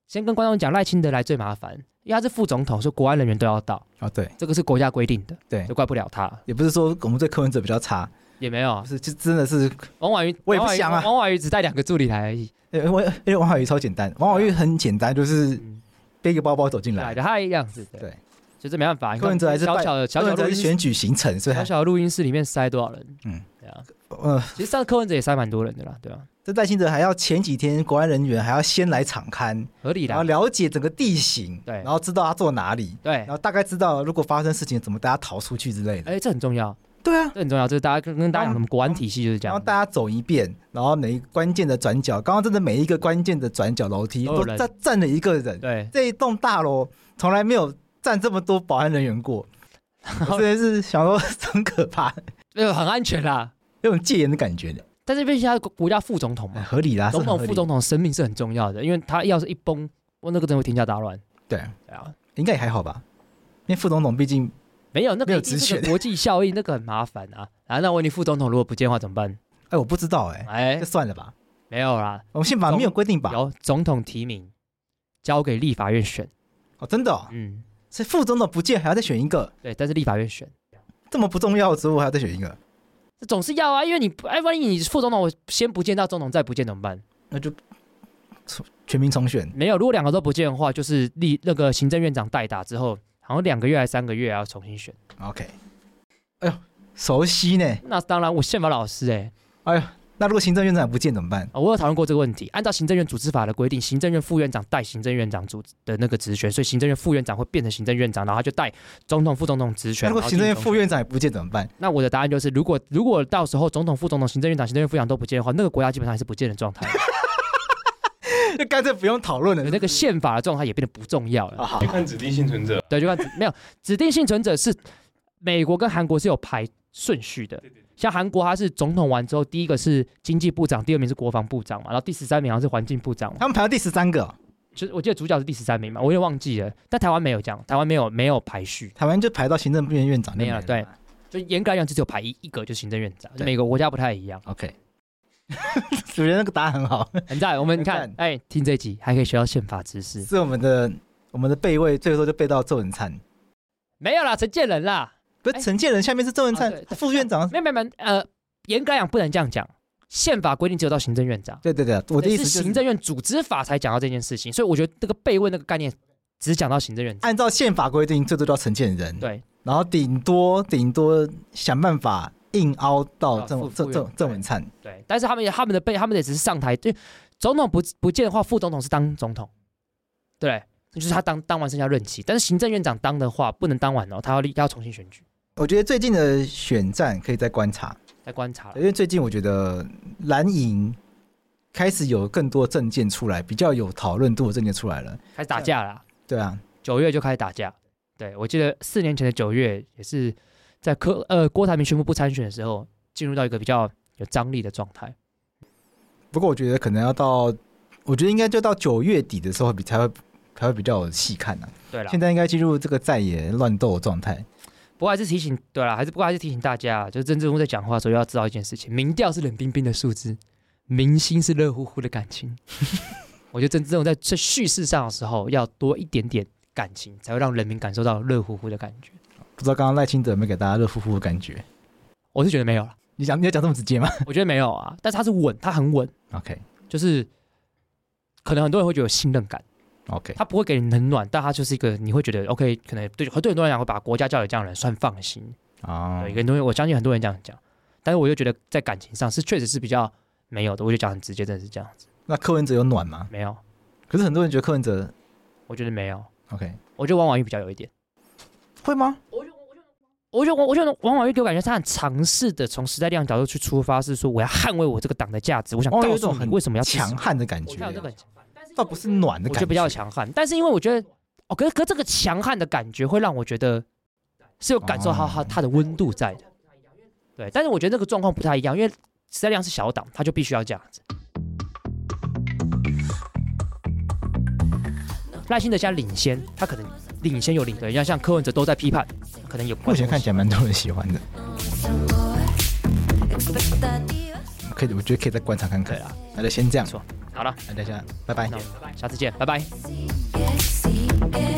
[SPEAKER 3] 先跟观众讲，赖清德来最麻烦，因为他是副总统，所以国安人员都要到，
[SPEAKER 1] 啊，对，
[SPEAKER 3] 这个是国家规定的，
[SPEAKER 1] 对
[SPEAKER 3] 就怪不了他，
[SPEAKER 1] 也不是说我们对柯文哲比较差，
[SPEAKER 3] 也没有啊
[SPEAKER 1] 不。是，就真的是，
[SPEAKER 3] 王婉瑜，
[SPEAKER 1] 我也不
[SPEAKER 3] 王婉瑜
[SPEAKER 1] 想啊
[SPEAKER 3] 王婉瑜只带两个助理来而已，
[SPEAKER 1] 呃，我因为王好玉超简单，王好玉很简单，就是
[SPEAKER 3] 嗯，
[SPEAKER 1] 背个包包走进
[SPEAKER 3] 对啊
[SPEAKER 1] 来。
[SPEAKER 3] 就他一样子，
[SPEAKER 1] 对，
[SPEAKER 3] 就是没办法，你
[SPEAKER 1] 柯文哲还
[SPEAKER 3] 看
[SPEAKER 1] 是
[SPEAKER 3] 小
[SPEAKER 1] 拜
[SPEAKER 3] 小的小
[SPEAKER 1] 柯
[SPEAKER 3] 小
[SPEAKER 1] 文
[SPEAKER 3] 的
[SPEAKER 1] 哲
[SPEAKER 3] 录
[SPEAKER 1] 是
[SPEAKER 3] 音
[SPEAKER 1] 选举行程，所以
[SPEAKER 3] 啊小
[SPEAKER 1] 还
[SPEAKER 3] 小的录音室里面塞多少人？
[SPEAKER 1] 嗯
[SPEAKER 3] 嗯，对啊。
[SPEAKER 1] 呃，
[SPEAKER 3] 其实上次柯文哲也塞蛮多人的啦，对吧、
[SPEAKER 1] 这戴信哲还要前几天国安人员还要先来场勘，
[SPEAKER 3] 合理
[SPEAKER 1] 然后
[SPEAKER 3] 啦，
[SPEAKER 1] 了解整个地形，
[SPEAKER 3] 对
[SPEAKER 1] 然后知道他坐哪里，
[SPEAKER 3] 对
[SPEAKER 1] 然。后大概知道如果发生事情怎么大家逃出去之类的。
[SPEAKER 3] 哎，这很重要，
[SPEAKER 1] 对啊，
[SPEAKER 3] 这很重要，这是大家跟跟大家讲什么国安体系就是这
[SPEAKER 1] 然后
[SPEAKER 3] 样。
[SPEAKER 1] 大家走一遍，然后每一个关键的转角，刚刚真的每一个关键的转角楼梯
[SPEAKER 3] 都
[SPEAKER 1] 都
[SPEAKER 3] 有人
[SPEAKER 1] 站站了一个人，
[SPEAKER 3] 对，
[SPEAKER 1] 这一栋大楼从来没有站这么多保安人 员过，我真的是想说很可怕，
[SPEAKER 3] 呃，很安全啦。
[SPEAKER 1] 有种戒严的感觉的，
[SPEAKER 3] 但是毕竟他是国国家副总统
[SPEAKER 1] 哎
[SPEAKER 3] 嘛，
[SPEAKER 1] 合理啦，
[SPEAKER 3] 总
[SPEAKER 1] 是很
[SPEAKER 3] 统、
[SPEAKER 1] 合理
[SPEAKER 3] 副总统生命是很重要的，因为他要是一崩，哇，那个真的会天下大乱。
[SPEAKER 1] 对，
[SPEAKER 3] 对啊，
[SPEAKER 1] 应该也还好吧，因为副总统毕竟
[SPEAKER 3] 没有那
[SPEAKER 1] 没
[SPEAKER 3] 个
[SPEAKER 1] 有
[SPEAKER 3] 一定
[SPEAKER 1] 职
[SPEAKER 3] 是个
[SPEAKER 1] 权
[SPEAKER 3] 国际效应，那个很麻烦啊。啊，那我问你，副总统如果不见的话怎么 办？
[SPEAKER 1] 哎、我不知道哎、
[SPEAKER 3] 哎
[SPEAKER 1] 就，算了吧。
[SPEAKER 3] 没有啦，
[SPEAKER 1] 我们宪法
[SPEAKER 3] 总
[SPEAKER 1] 没有规定吧？
[SPEAKER 3] 由总统提名，交给立法院选。
[SPEAKER 1] 哦，真的、哦，
[SPEAKER 3] 嗯，
[SPEAKER 1] 所以副总统不见还要再选一个，
[SPEAKER 3] 对，但是立法院选，
[SPEAKER 1] 这么不重要的职务还要再选一个，
[SPEAKER 3] 这总是要啊，因为你不哎，万一你副总统先不见到总统再不见怎么办？
[SPEAKER 1] 那就重全民重选。
[SPEAKER 3] 没有，如果两个都不见的话，就是立那个行政院长代打之后，好像两个月还是三个月要重新选。
[SPEAKER 1] OK，哎呦，熟悉呢。
[SPEAKER 3] 那当然，我宪法老师哎、
[SPEAKER 1] 哎呦，那如果行政院长也不见怎么办？
[SPEAKER 3] 哦我有讨论过这个问题。按照行政院组织法的规定，行政院副院长代行政院长组的那个职权，所以行政院副院长会变成行政院长，然后他就代总统、副总统职
[SPEAKER 1] 那
[SPEAKER 3] 权。
[SPEAKER 1] 如果行政院
[SPEAKER 3] 然后进行
[SPEAKER 1] 副院长也不见怎么办？
[SPEAKER 3] 那我的答案就是，如果如果到时候总统、副总统、行政院长、行政院副院长都不见的话，那个国家基本上还是不见的状 态，
[SPEAKER 1] 就干脆不用讨论了
[SPEAKER 3] 那个宪法的状态也变得不重要了。
[SPEAKER 1] 啊！好
[SPEAKER 4] 去看指定幸存者，
[SPEAKER 3] 对，就看指没有指定幸存者是美国跟韩国是有排顺序的。像韩国，它是总统完之后，第一个是经济部长，第二名是国防部长嘛，然后第十三名好像是环境部长嘛。
[SPEAKER 1] 他们排到第十三个哦，
[SPEAKER 3] 就是我记得主角是第十三名嘛，我有点忘记了。但台湾没有这样，台湾没有没有排序，
[SPEAKER 1] 台湾就排到行政院院长那
[SPEAKER 3] 没有
[SPEAKER 1] 边了
[SPEAKER 3] 对。就严格来讲就只有排一一个，就是行政院长。
[SPEAKER 1] 对
[SPEAKER 3] 每个国家不太一样。
[SPEAKER 1] OK，主持人那个答案很好，
[SPEAKER 3] 很赞，我们你看
[SPEAKER 1] 很赞，
[SPEAKER 3] 哎，听这一集还可以学到宪法知识。
[SPEAKER 1] 是我们的我们的备位，最后就背到周文灿。
[SPEAKER 3] 没有啦，陈建仁啦，
[SPEAKER 1] 不是
[SPEAKER 3] 哎
[SPEAKER 1] 陈建仁下面是周文
[SPEAKER 3] 啊对
[SPEAKER 1] 灿
[SPEAKER 3] 对
[SPEAKER 1] 副院长，
[SPEAKER 3] 没有没有没有，呃，严格来讲不能这样讲，宪法规定只有到行政院长，
[SPEAKER 1] 对对对，我的意思
[SPEAKER 3] 是
[SPEAKER 1] 就
[SPEAKER 3] 行
[SPEAKER 1] 是
[SPEAKER 3] 政院组织法才讲到这件事情，所以哎我觉得这个被问那个概念只讲到行政院长。
[SPEAKER 1] 按照宪法规定，最多到陈建仁，
[SPEAKER 3] 对，
[SPEAKER 1] 然后顶多顶多想办法硬凹到
[SPEAKER 3] 到
[SPEAKER 1] 郑
[SPEAKER 3] 哦副
[SPEAKER 1] 郑
[SPEAKER 3] 副
[SPEAKER 1] 郑
[SPEAKER 3] 院
[SPEAKER 1] 郑文灿，
[SPEAKER 3] 对，但是他们也他们的被他们也只是上台，对，总统不不见的话，副总统是当总统，对，就是他当当完剩下任期，但是行政院长当的话不能当完哦，他要立他要重新选举，
[SPEAKER 1] 我觉得最近的选战可以再观察，
[SPEAKER 3] 再观察了
[SPEAKER 1] 因为最近我觉得蓝营开始有更多证件出来，比较有讨论度的证件出来了。
[SPEAKER 3] 开始打架啦，
[SPEAKER 1] 对啊，
[SPEAKER 3] 九月就开始打架，对我记得四年前的九月也是在柯呃郭台铭宣布不参选的时候，进入到一个比较有张力的状态，
[SPEAKER 1] 不过我觉得可能要到，我觉得应该就到九月底的时候比才会才会比较有戏看啊。
[SPEAKER 3] 对啦
[SPEAKER 1] 现，在应该进入这个在野乱斗的状态。
[SPEAKER 3] 不过还是提醒，对啦，还是不过还是提醒大家，啊就是政治人物在讲话的时候要知道一件事情：民调是冷冰冰的数字，明星是热乎乎的感情。 我觉得政治人物在在叙事上的时候要多一点点感情，才会让人民感受到热乎乎的感觉。
[SPEAKER 1] 不知道刚刚赖清德有没有给大家热乎乎的感觉？
[SPEAKER 3] 我是觉得没有了，
[SPEAKER 1] 你讲你要讲这么直接吗
[SPEAKER 3] 我觉得没有啊，但是他是稳，他很稳，
[SPEAKER 1] ？OK
[SPEAKER 3] 就是可能很多人会觉得有信任感，
[SPEAKER 1] OK，
[SPEAKER 3] 他不会给你冷暖，但他就是一个你会觉得 OK，可能对对很多人来讲会把国家交给这样的人算放心。
[SPEAKER 1] 哦
[SPEAKER 3] 对，，很多人我相信很多人这样讲，但是我就觉得在感情上是确实是比较没有的，我就讲很直接，真的是这样子，
[SPEAKER 1] 那柯文哲有暖吗？
[SPEAKER 3] 没有，
[SPEAKER 1] 可是很多人觉得柯文哲
[SPEAKER 3] 我觉得没有，
[SPEAKER 1] OK
[SPEAKER 3] 我觉得王婉玉比较有一点，
[SPEAKER 1] 会吗？
[SPEAKER 3] 我觉得我觉得王婉玉给我感觉她很尝试的从时代力量角度去出发，是说我要捍卫我这个党的价值，我想
[SPEAKER 1] 哦有
[SPEAKER 3] 告
[SPEAKER 1] 一
[SPEAKER 3] 诉
[SPEAKER 1] 种
[SPEAKER 3] 你
[SPEAKER 1] 很
[SPEAKER 3] 为什么要支持
[SPEAKER 1] 强，悍的感
[SPEAKER 3] 我
[SPEAKER 1] 觉啊
[SPEAKER 3] 看，到这个很强，
[SPEAKER 1] 倒不是暖的
[SPEAKER 3] 我
[SPEAKER 1] 感
[SPEAKER 3] 觉
[SPEAKER 1] 觉，
[SPEAKER 3] 得比较强悍，但是因为我觉得哦，可是可是这个强悍的感觉会让我觉得是有感受到它
[SPEAKER 1] 哦
[SPEAKER 3] 它的温度在的，对，但是我觉得那个状况不太一样，因为时代力量是小党，他就必须要这样子。赖清德现在领先，他可能领先有领先，像像柯文哲都在批判，可能有
[SPEAKER 1] 目
[SPEAKER 3] 观
[SPEAKER 1] 前
[SPEAKER 3] 众
[SPEAKER 1] 看起来蛮多人喜欢的，
[SPEAKER 5] expectativas.
[SPEAKER 1] 可以，我觉得可以再观察看
[SPEAKER 3] 对
[SPEAKER 1] 看。
[SPEAKER 3] 啦。
[SPEAKER 1] 那就先这样
[SPEAKER 3] 没，错好了，
[SPEAKER 1] 那大家拜拜
[SPEAKER 3] 那。我们下次见，拜拜。
[SPEAKER 5] Sigue, sigue.